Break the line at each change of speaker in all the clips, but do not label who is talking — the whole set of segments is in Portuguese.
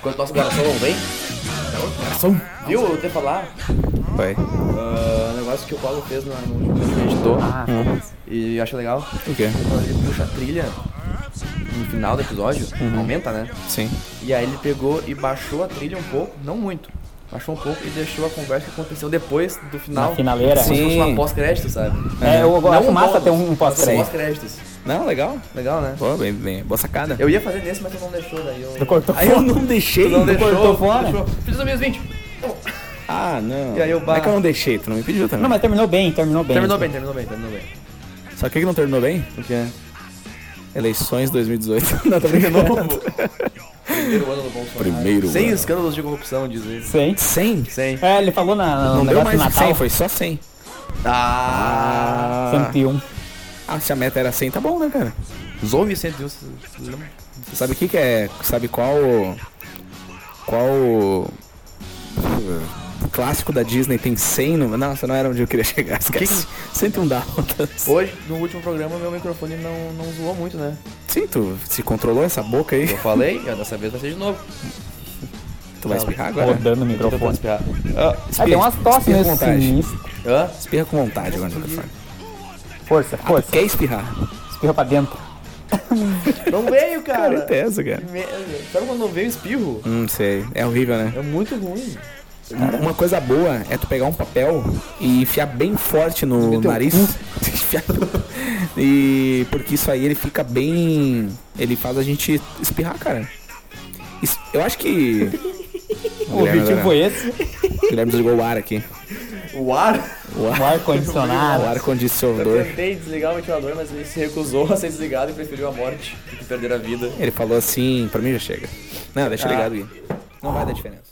Enquanto nosso garçom não vem,
Garçom.
viu? Eu até falar
Vai.
ah, o negócio que o Paulo fez no no último vídeo que ele editou.
Uhum.
E eu acho legal.
O quê?
Quando ele puxa a trilha no final do episódio,
Uhum.
aumenta, né?
Sim.
E aí ele pegou e baixou a trilha um pouco, não muito. Baixou um pouco e deixou a conversa que aconteceu depois do final.
Na finaleira.
Como se fosse uma
Sim.
pós-crédito, sabe?
É, eu
Não
gosto
um
massa
bônus,
ter um pós-crédito.
pós-créditos.
Não, legal.
Legal, né?
Pô, bem, bem. Boa sacada.
Eu ia fazer nesse, mas tu não deixou, daí eu...
Tu cortou
Aí eu não deixei.
Tu não
tu
deixou,
cortou
tu
fora.
deixou. Fiz os meus 20.
Ah, não.
E aí eu
Não é que
barro.
eu não deixei, tu não me pediu também.
Não, mas terminou bem, terminou bem.
Terminou bem, terminou bem, terminou bem.
Sabe o que que não terminou bem?
O quê?
Eleições 2018. não, tô brincando.
Primeiro ano do Bolsonaro.
Primeiro
Sem
ano.
escândalos de corrupção, diz ele.
Sim.
100?
Sem.
É, ele falou na, no
Não deu
negócio
mais
do
que
Natal.
100, foi só 100.
Ah!
Ah,
101.
ah, se a meta era 100, tá bom, né, cara?
Zombi 101. vocês lembram?
Sabe o que que é... Sabe qual... Qual... O clássico da Disney tem 100 no... Nossa, não era onde eu queria chegar, esquece. 101 dálmatas.
Hoje, no último programa, meu microfone não, não zoou muito, né?
Sim, tu se controlou essa boca aí?
Eu falei, e dessa vez vai ser de novo.
Tu vai espirrar agora?
Rodando
Tentando
o microfone.
espirrar.
Ah, deu umas tosses
espirra com
nesse
vontade.
sinistro.
Hã?
Espirra com vontade agora no microfone.
Força, força.
Quer espirrar?
Espirra pra dentro.
Não veio, cara!
Cara, é essa, cara.
Que merda. Sabe quando não veio espirro?
Não sei, é horrível, né?
É muito ruim.
Uma coisa boa é tu pegar um papel e enfiar bem forte no
teu
nariz. Enfiar- e porque isso aí ele fica bem. Ele faz a gente espirrar, cara. Isso- eu acho que.
O objetivo
né?
foi esse.
O Guilherme desligou o ar aqui.
O ar?
O
O
ar, o
ar-condicionado.
ar
Eu
tá
condicionador.
tentei desligar o ventilador, mas ele se recusou a ser desligado e preferiu a morte do que perder a vida.
Ele falou assim, pra mim já chega. Não,
Ah.
deixa ligado, Gui. Não vai dar diferença.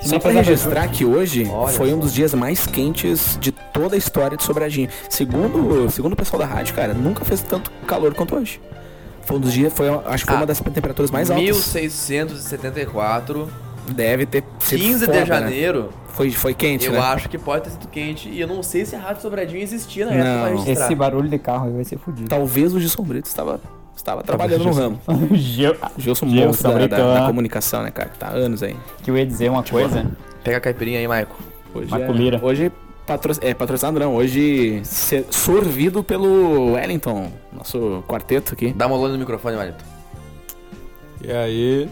Só pra registrar que hoje
Olha
foi um
só.
dos dias mais quentes de toda a história de Sobradinho. Segundo, segundo o pessoal da rádio, cara, nunca fez tanto calor quanto hoje. Foi um dos dias, foi, acho que foi
Ah,
uma das temperaturas mais altas.
1674,
Deve ter sido
15
foda,
de
né?
janeiro.
Foi, foi quente,
Eu
né?
acho que pode ter sido quente. E eu não sei se a Rádio Sobradinho existia na época
Não.
pra registrar.
Esse barulho de carro aí vai ser fudido.
Talvez o Gilson Brito estava, estava trabalhando no ramo.
Gil-
Gilson
Gilson
monstro da- da,
Brito.
da comunicação, né, cara? Tá há anos aí.
que eu ia dizer uma
Tipo,
coisa.
Pega a caipirinha aí, Maico.
Hoje
Maculira.
é, hoje patro- é patrocinado não, hoje se- sorvido pelo Wellington, nosso quarteto aqui.
Dá uma olhada no microfone, Marito.
E aí?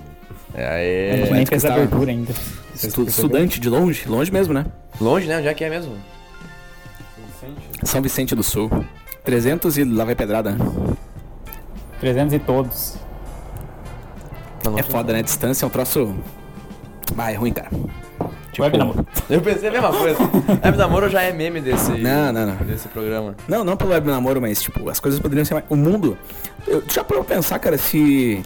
É
a gente
aí.
nem
mas
fez
que
a
tava-
abertura ainda.
Estu- estudante de longe, longe mesmo, né?
Longe, né? Onde é que é mesmo?
São Vicente do Sul. 300 e lá vai pedrada.
300 e todos.
É foda, né? Distância é um troço. Vai, é ruim, cara. Tipo,
Web namoro.
Eu pensei a mesma coisa. Web Namoro já é meme desse,
Não, não, não.
desse programa.
Não, não pelo web namoro, mas tipo, as coisas poderiam ser mais. O mundo. Eu, já parou pra pensar, cara, se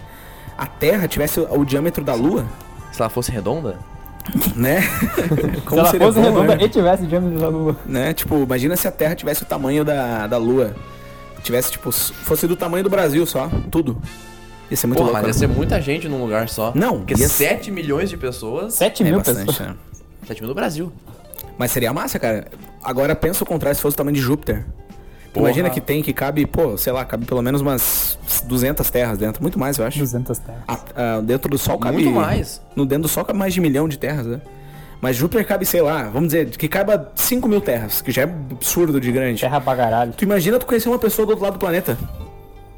a Terra tivesse o, o diâmetro da Lua,
Se ela fosse redonda?
né?
Se ela fosse
bom,
redonda
né?
e tivesse diâmetro da lua.
né? Tipo, imagina se a Terra tivesse o tamanho da, da Lua. Tivesse, tipo, s- fosse do tamanho do Brasil só, tudo. Ia ser muito
Porra,
louco.
mas ia
né?
ser muita gente num lugar só.
Não,
Porque
ia-
7 milhões de pessoas.
7
É
mil
bastante,
pessoas.
né?
7 mil no Brasil.
Mas seria massa, cara. Agora pensa o contrário se fosse o tamanho de Júpiter.
Porra.
Imagina que tem, que cabe, pô, sei lá, cabe pelo menos umas 200 terras dentro. Muito mais, eu acho.
200 terras.
A- a- dentro do Sol cabe...
Muito mais.
No dentro do Sol cabe mais de milhão de terras, né? Mas Júpiter cabe, sei lá, vamos dizer, que caiba 5 mil terras, que já é absurdo de grande.
Terra pra caralho.
Tu imagina tu conhecer uma pessoa do outro lado do planeta.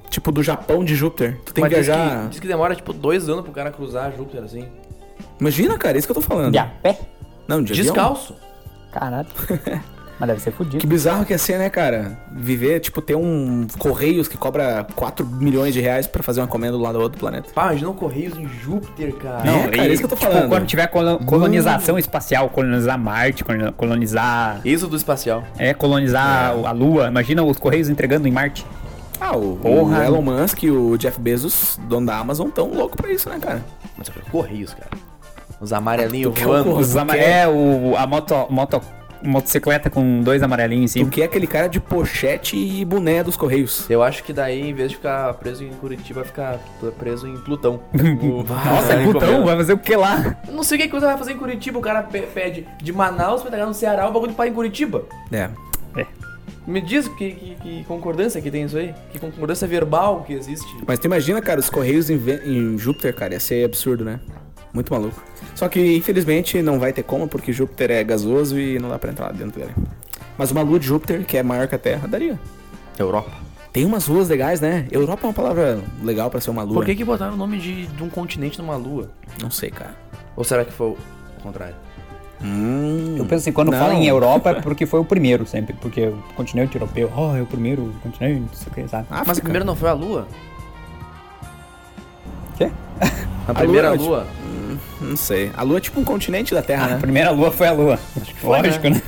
Tipo, do Japão, de Júpiter. Tu tem
Mas
que
diz
viajar...
que, diz que demora tipo dois anos pro cara cruzar Júpiter assim.
Imagina, cara, é isso que eu tô falando.
De a pé?
Não, de avião.
Descalço.
Caralho. Mas deve ser fudido.
Que bizarro que ia ser, né, cara? Viver, tipo, ter um Correios que cobra 4 milhões de reais pra fazer uma encomenda do lado do outro planeta.
Pá, imagina um Correios em Júpiter, cara.
Não, é, cara,
e,
isso que eu tô
tipo,
falando.
quando tiver colo- colonização espacial, colonizar Marte, colon- colonizar.
Isso do espacial.
É, colonizar o- a Lua. Imagina os Correios entregando em Marte.
Ah, o,
Porra.
o Elon Musk e o Jeff Bezos, dono da Amazon, tão louco pra isso, né, cara?
Mas eu quero Correios, cara. Os amarelinhos
Tu quer o
voando.
Correios?
Os ama-
quer-
É, o, a moto, moto, motocicleta com dois amarelinhos
Tu
em cima.
que é aquele cara de pochete e boné dos Correios.
Eu acho que daí, em vez de ficar preso em Curitiba, ficar pl- preso em Plutão. Tipo, O-
Nossa, é
Encomenda.
putão, vai fazer o que lá?
Eu Não sei o que que você vai fazer em Curitiba. O cara pe- pede de Manaus pra entregar no Ceará o bagulho para em Curitiba.
É.
É.
Me diz que, que- que concordância que tem isso aí? Que concordância verbal que existe?
Mas tu imagina, cara, os Correios em, Vê- em Júpiter, cara, ia ser absurdo, né? Muito maluco. Só que, infelizmente, não vai ter como, porque Júpiter é gasoso e não dá pra entrar lá dentro dele. Mas uma lua de Júpiter, que é maior que a Terra, daria.
Europa.
Tem umas ruas legais, né? Europa é uma palavra legal pra ser uma lua.
Por que, que botaram o nome de, de um continente numa lua?
Não sei, cara.
Ou será que foi o contrário?
Hum.
Eu penso assim, quando
Não.
fala em Europa é porque foi o primeiro sempre, porque o continente europeu, oh, é o primeiro continente, não sei o que, sabe?
Ah,
Mas
mas
o primeiro não foi a lua?
Quê?
A
A
primeira
lua, é, tipo,
lua? Ah,
Não sei. A lua é tipo um continente da Terra,
A
né?
primeira lua foi a lua.
foi, né?
Lógico, né?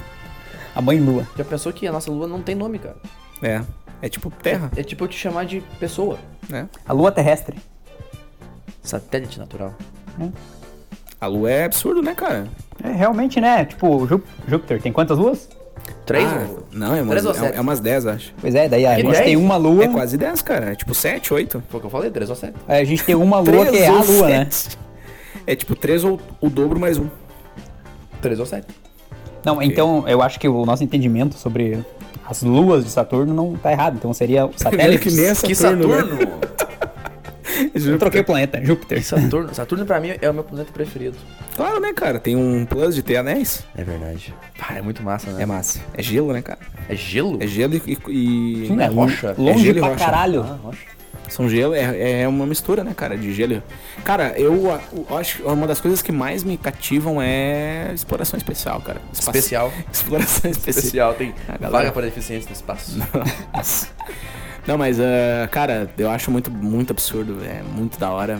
A mãe lua.
Já pensou que a nossa lua não tem nome, cara?
É. É tipo Terra,
É tipo eu te chamar de pessoa.
né?
A lua terrestre.
Satélite natural.
A lua é absurdo, né, cara?
É, realmente, né? Tipo, Jú- Júpiter tem quantas luas?
Três?
Ah,
ou-
não, é
Três ou
umas, é,
sete? Um.
é umas 10, acho.
Pois é, daí a
Que
gente
dez?
tem uma lua.
É quase 10, cara. É tipo 7, 8.
Foi o que eu falei, três ou sete.
A gente tem uma lua que é a lua, né?
É tipo 3 ou o dobro mais um.
Três ou sete.
Não, então eu acho que o nosso entendimento sobre as luas de Saturno não tá errado. Então seria satélite.
que nem é
que
Saturno, né?
Saturno?
Eu troquei o planeta,
É
Júpiter.
Saturno, Saturno pra mim é o meu planeta preferido.
Claro, né, cara? Tem um plus de ter anéis.
É verdade. Pá, é muito massa, né?
É massa. É gelo, né, cara?
É gelo?
É gelo e. e-
Sim,
né?
é rocha.
É
Longe
gelo e
pra
rocha.
caralho.
Ah, rocha.
São gelo, é, é uma mistura, né, cara? De gelo. e- Cara, eu, a- eu acho que uma das coisas que mais me cativam é exploração especial, cara. Espaço-
Especial. Ah,
Exploração especial.
Especial, tem
galera-
vaga para deficientes no espaço.
Nossa. Não, mas, ah, cara, eu acho muito, muito absurdo, é muito da hora.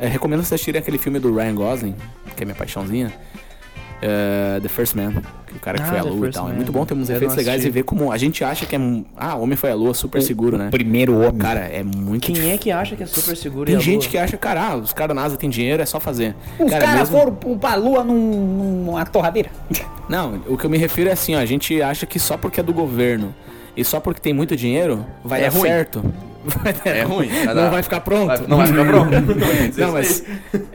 Eu recomendo vocês assistirem aquele filme do Ryan Gosling, que é minha paixãozinha. ah, The First Man, que o cara que
Ah,
foi à
The
lua e
First
tal. É
Man.
muito bom ter uns
Eu
efeitos
não
legais e
assisti.
ver como a gente acha que é. um- Ah, o homem foi à lua, super seguro, né?
Primeiro homem.
Cara, é muito
Quem
difícil.
é que acha que é super seguro e
Tem
a
gente
lua?
que acha, cara, ah, os caras da NASA tem dinheiro, é só fazer.
Os caras
mesmo-
foram pra lua num- numa torradeira.
Não, o que eu me refiro é assim, ó, a gente acha que só porque é do governo e só porque tem muito dinheiro vai
É
dar
ruim.
certo. Vai dar
É ruim, vai
não
dar-
vai ficar pronto.
Vai- Não vai ficar pronto.
Não, mas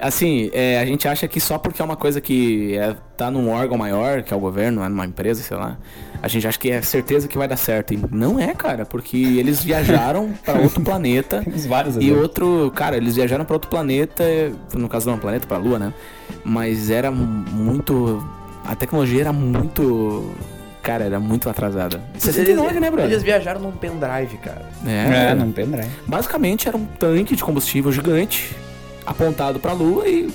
assim, é, a gente acha que só porque é uma coisa que é, tá num órgão maior, que é o governo, é numa empresa, sei lá, a gente acha que é certeza que vai dar certo. E não é, cara, porque eles viajaram pra outro planeta
Temos vários
e
exemplos.
outro, cara, eles viajaram pra outro planeta, no caso não, planeta pra lua, né? Mas era mu- muito a tecnologia era muito cara, era muito atrasada.
Eles-
69, né, brother?
Eles viajaram num pendrive, cara.
É,
não tem drive.
Basicamente era um tanque de combustível gigante apontado pra lua e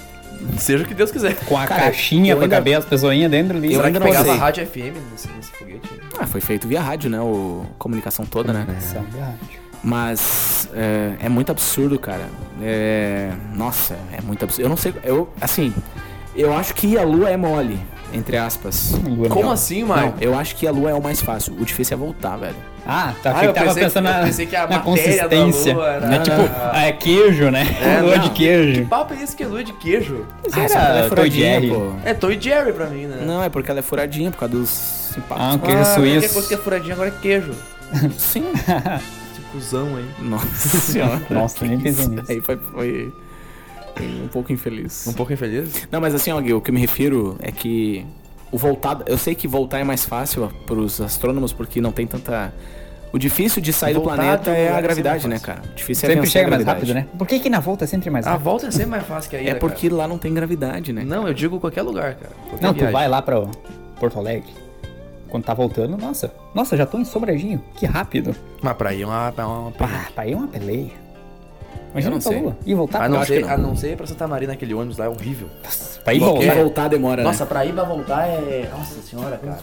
Seja o que Deus quiser.
Com a
Cara,
caixinha
eu
pra
ainda-
caber as pessoinhas dentro ali.
Eu
Será
ainda
que
não
pegava
sei.
a rádio FM nesse, nesse foguete?
ah, foi feito via rádio, né? O comunicação toda, né?
É.
Mas é, é muito absurdo, cara. É, nossa, é muito absurdo. Eu não sei, eu assim, eu acho que a lua é mole, entre aspas.
Como assim, Maio?
Não, eu acho que a lua é o mais fácil. O difícil é voltar, velho.
Ah, tá.
Ah,
achei
eu
que tava
pensei-
pensando na,
eu pensei que é a
na
matéria da
consistência.
lua era-
né?
Não,
tipo,
não, não.
ah, é queijo, né?
É,
lua de
não.
queijo.
Que papo é esse que é lua de queijo?
era
só porque Ah, ela
Toy
furadinha,
Jerry.
pô.
É Toy Jerry pra mim, né?
Não, é porque ela é furadinha por causa dos
Ah,
impactos.
um queijo
qualquer coisa
suíço.
que é furadinho agora é queijo.
sim.
Esse cuzão aí.
Nossa senhora.
Nossa, nem pensei
Isso
É
nisso.
Aí foi, foi- foi um pouco infeliz.
Um pouco infeliz?
Não, mas assim, ó, Gui, o que eu me refiro é que o voltar. Eu sei que voltar é mais fácil pros astrônomos porque não tem tanta. O difícil de sair
Voltar
do planeta
de um
é
lugar
a
é
gravidade,
sempre
né,
mais
cara? O Difícil é
Sempre
vencer
chega
a
mais
gravidade.
rápido, né? Por que que na volta é sempre mais
A
rápido?
volta é sempre mais fácil que aí.
É porque lá não tem gravidade, né?
Não, eu digo qualquer lugar, cara. Qualquer
Não, tu
viagem.
vai lá pra Porto Alegre. Quando tá voltando, nossa. Nossa, já tô em Sobradinho. Que rápido.
Mas pra ir é uma. é uma...
Pá, pá, aí é uma peleia.
Eu
Imagina
não
pra
sei.
lua. E voltar
A
pra
não,
lua.
ser,
que não.
a não ser pra Santa Maria naquele ônibus lá, é horrível.
Pra ir
E
voltar.
voltar demora, né?
é. Nossa, pra ir pra voltar é. Nossa senhora, cara.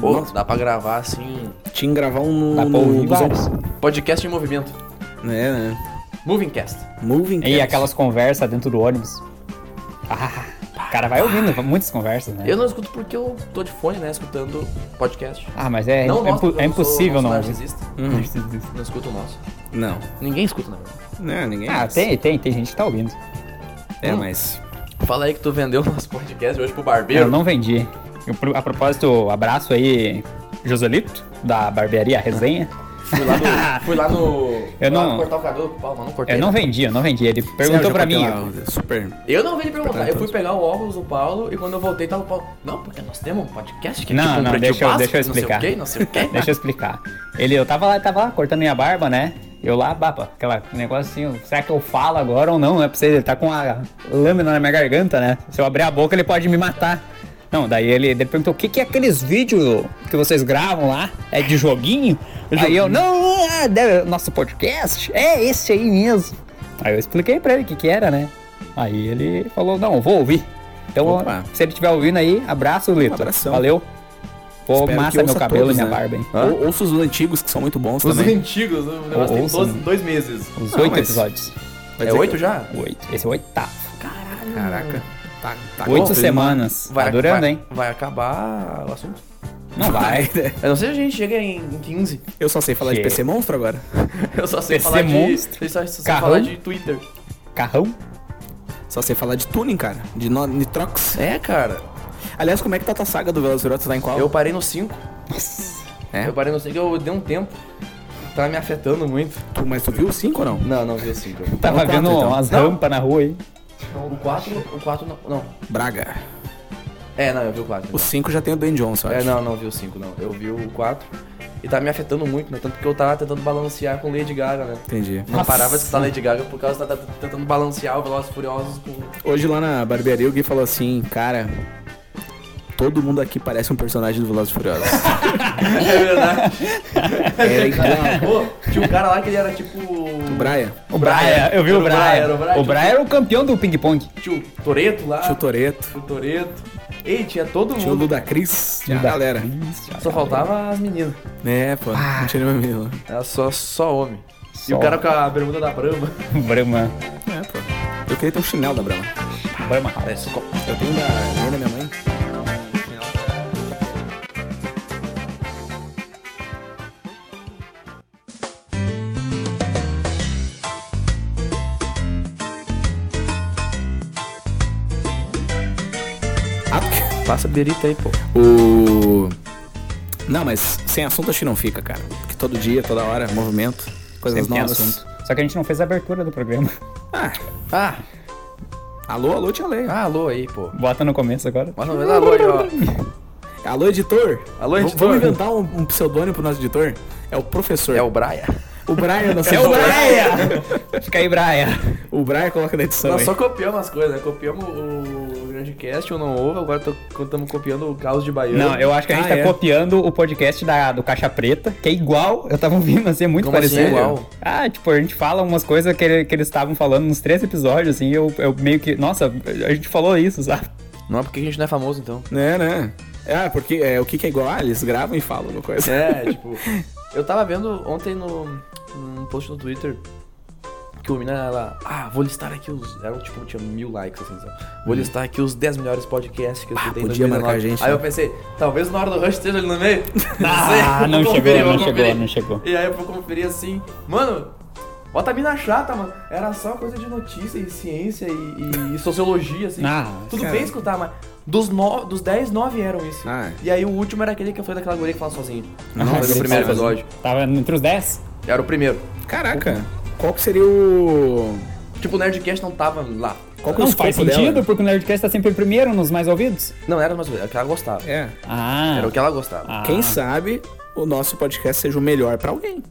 Pô,
Nossa.
dá pra gravar assim.
Tinha que gravar um
Dá
no,
Tá pra
no
ouvir
busão.
vários.
Podcast em movimento.
É, né?
Moving Cast.
Moving
E
cast.
aquelas conversas dentro do ônibus. Ah, o cara vai ouvindo muitas conversas, né?
Eu não escuto porque eu tô de fone, né? Escutando podcast.
Ah, mas é,
não
é, impo-
porque
é
eu sou-
impossível
eu sou
não ouvir.
narcisista.
Uhum.
Não escuto o nosso.
Não.
Ninguém escuta, né? na verdade.
Não, ninguém.
Ah, tem, tem, tem gente que tá ouvindo.
É, mas.
Fala aí que tu vendeu o nosso podcast hoje pro barbeiro.
Eu não vendi. Eu, pro- a propósito, abraço aí, Joselito, da barbearia Resenha.
Fui lá no. Fui lá no.
Eu
Não.
não,
cortar o cabelo com o pau, mas não cortei.
né?
eu não
tá-
vendia, não vendia. Ele
Sérgio,
perguntou pra
eu
mim.
cortei lá, é Super.
Eu não vim lhe perguntar. Eu
Tá,
fui pegar o óculos do Paulo e quando eu voltei tava o Paulo. Não, porque nós temos um podcast que é
Não,
tipo um
não,
pretinho
deixa eu-
básico,
deixa eu
Não
explicar.
sei o quê, não sei o quê.
Deixa eu explicar. Ele, eu tava lá, tava lá, cortando minha barba, né? Eu lá, bapa, aquela negócio assim, será que eu falo agora ou não? É pra você, ele tá com a lâmina na minha garganta, né? Se eu abrir a boca, ele pode me matar. Não, daí ele, ele perguntou, o que que é aqueles vídeos que vocês gravam lá? É de joguinho? Aí eu, não, é da- nosso podcast, é esse aí mesmo. Aí eu expliquei pra ele o que que era, né? Aí ele falou, não, vou ouvir. Então,
Opa.
se ele estiver ouvindo aí, abraço, Lito.
abração.
Valeu. Pô,
Espero que
massa meu
ouça
cabelo
todos,
e minha
né?
barba, hein?
Hã?
Ou, ouça os antigos que são muito bons
Os
também.
antigos, o negócio tem
ouça,
12
né?
dois meses.
Os
Ah,
oito
mas-
episódios.
É oito já?
Oito. Esse é o oitavo.
Caraca. Tá, tá
oito
bom,
semanas. Tá
Vai,
durando,
vai,
hein?
Vai acabar o assunto.
Não vai.
Eu não sei se a gente chega em em 15.
Eu só sei falar de
Chega.
PC Monstro agora.
Eu só sei
PC
falar de.
monstro.
Eu só só sei
Carrão.
falar de Twitter.
Carrão?
Só sei falar de tuning, cara. De no- Nitrox.
É, cara.
Aliás, como é que tá a tua saga do Velociraptor? Tá em qual?
Eu parei no 5.
É?
Eu parei no 5 eu dei um tempo. Tá me afetando muito.
Tu- mas tu viu o 5 ou não?
Não, não vi o 5.
Tava
quatro,
vendo
então.
umas
Não.
rampas na rua aí.
O 4. O 4 não. Não.
Braga.
É, não, eu vi o 4.
O 5 já tem o Ben Johnson, eu
É,
acho.
não, não vi o 5, não. Eu vi o 4. E tá me afetando muito, né? Tanto que eu tava tentando balancear com Lady Gaga, né?
Entendi.
Não
Nossa.
parava de escutar Lady Gaga por causa da, da- tentando balancear o Velozes e Furiosos com...
Hoje lá na barbearia o Gui falou assim, cara... Todo mundo aqui parece um personagem do Velozes e Furiosos. É,
É verdade.
Era igual.
Pô, tinha um cara lá que ele era tipo...
O então, Brian,
O Brian, eu vi
Era
o Brian.
era
O Brian, era o campeão do ping-pong.
Tinha o Toreto lá.
tinha o Toreto,
o Toreto. Ei, tinha todo
tinha o
mundo.
Luda Cris, tinha a
Luda
galera.
Só faltava as meninas.
É, pô, não tinha nenhum menino.
Era só, só homem. E
Só.
o cara com a bermuda da Brahma.
Brahma.
É, pô. Eu queria ter um chinelo da Brahma.
Brahma.
É, só...
Eu tenho da eu da minha mãe.
Passa a berita aí, pô.
Ah, O. Não, mas sem assunto acho que não fica, cara. Porque todo dia, toda hora, movimento, coisas
Sempre tem
novas.
assunto. Só que a gente não fez a abertura do programa.
Ah,
Ah,
alô, alô, tia Leia.
ah, alô aí, pô.
Bota no começo agora.
Mas não, mas alô aí, Ah, ó.
Alô, editor.
Alô,
V-
editor.
Vamos inventar um, um pseudônimo pro nosso editor? É o professor.
É o Braia.
o Brian, não sei
É o Brian! Fica aí, Brian.
O Brian coloca na edição.
Nós
aí.
só copiamos as coisas, né? Copiamos o Grande Cast, o Não Ovo, agora estamos copiando o Caos de Baiano.
Não, eu acho que a gente
Ah,
tá
é.
copiando o podcast da, do Caixa Preta, que é igual, eu tava ouvindo, assim, é muito
Como
parecido.
assim é igual?
Ah, tipo, a gente fala umas coisas que, ele- que eles estavam falando nos três episódios, assim, eu, eu meio que, nossa, a gente falou isso, sabe?
Não é porque a gente não é famoso, então.
Né, né? Ah, porque é, o que, que é igual? Ah, eles gravam e falam uma coisa.
É, tipo... Eu tava vendo ontem no, num post no Twitter que o Mina, ela... Ah, vou listar aqui os... Era, tipo, tinha mil likes, assim, sabe? Vou listar aqui os 10 melhores podcasts que eu
Ah,
escutei em
podia
2019.
marcar a gente,
Aí
né?
eu pensei, talvez na hora do Rush esteja ali no meio.
Ah,
sei,
não
vou Tá.
chegou,
conferir,
não
vou
chegou,
conferir.
não chegou.
E aí eu vou conferir assim, mano, bota a mina chata, mano. Era só coisa de notícia e ciência e, e sociologia, assim.
Ah,
Tudo
cara.
bem escutar, mas dos, no, dos 10, 9 eram isso.
Ah.
E aí o último era aquele que foi daquela guria que fala sozinho.
Nossa,
foi o primeiro
tava-
episódio.
Tava entre os dez?
Era o primeiro.
Caraca, qual que seria o.
Tipo, o Nerdcast não tava lá.
Qual que é o
Não, faz
escopo dela?
sentido, porque o Nerdcast tá sempre primeiro nos mais ouvidos.
Não, era mais ou menos, era o que ela gostava.
É.
Ah,
Era o que ela gostava.
ah.
Quem sabe o nosso podcast seja o melhor pra alguém.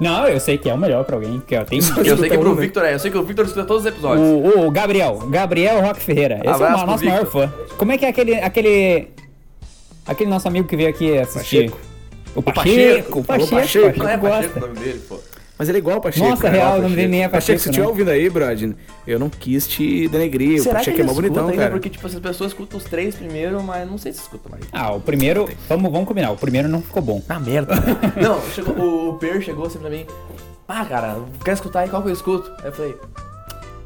Não, eu sei que é o melhor pra alguém, porque ó, tem...
Eu sei que
escuta
pro
um, né?
Victor é, eu sei que o Victor escuta todos os episódios.
O, o Gabriel, Gabriel Roque Ferreira. Esse
Abraço
é o
pro
nosso
Victor.
maior fã. Como é que é aquele. aquele. aquele nosso amigo que veio aqui assistir?
Pacheco.
O Pacheco,
Pacheco,
o Pacheco,
o Pacheco.
Pacheco
Não é
gosta.
Pacheco o nome dele, pô.
Mas ele é igual o Pacheco.
Nossa,
cara.
real, o nome
Pacheco.
dele nem é
Pacheco,
Pacheco.
se estiver
né?
ouvindo aí, brother, eu não quis te denegrir. o Pacheco é mó
escuta
bonitão,
ainda?
cara.
Porque, tipo, as pessoas escutam os três primeiro, mas não sei se escuta mais.
Ah, o primeiro. Vamos, vamos combinar, o primeiro não ficou bom.
Ah, merda. não, chegou, o, o Per chegou assim pra mim. Ah, cara, quer escutar aí qual que eu escuto? Aí eu falei,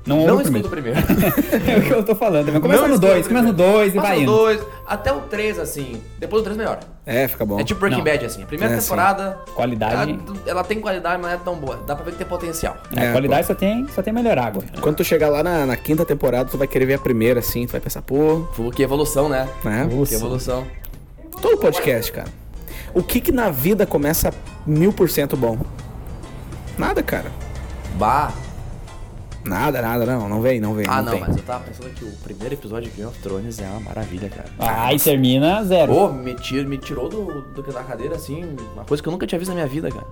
Não,
não
ouve o
escuta
primeiro.
o primeiro.
É o que eu tô falando. Mas começa
Não
no
escuta o
2, começa no
primeiro.
2 e
Passa
vai
o
indo.
dois, até o três, assim. Depois do três, melhor.
É, fica bom.
É tipo Breaking
Não.
Bad, assim. A primeira
É, sim.
temporada,
Qualidade.
ela, ela tem qualidade, mas não é tão boa. Dá pra ver que tem potencial.
É,
É,
qualidade só tem, só tem melhorar agora.
Quando tu chegar lá na, na quinta temporada, tu vai querer ver a primeira, assim. Tu vai pensar, pô,
Pô, Que evolução, né?
né?
Que evolução.
Todo podcast, cara. O que que na vida começa mil por cento bom? Nada, cara.
Bah.
Nada, nada, não. Não vem, não vem.
Ah,
não,
não,
tem.
mas eu tava pensando que o primeiro episódio de Game of Thrones é uma maravilha, cara.
Ai, termina zero.
Pô, me, tir- me tirou do, do- da cadeira, assim, uma coisa que eu nunca tinha visto na minha vida, cara.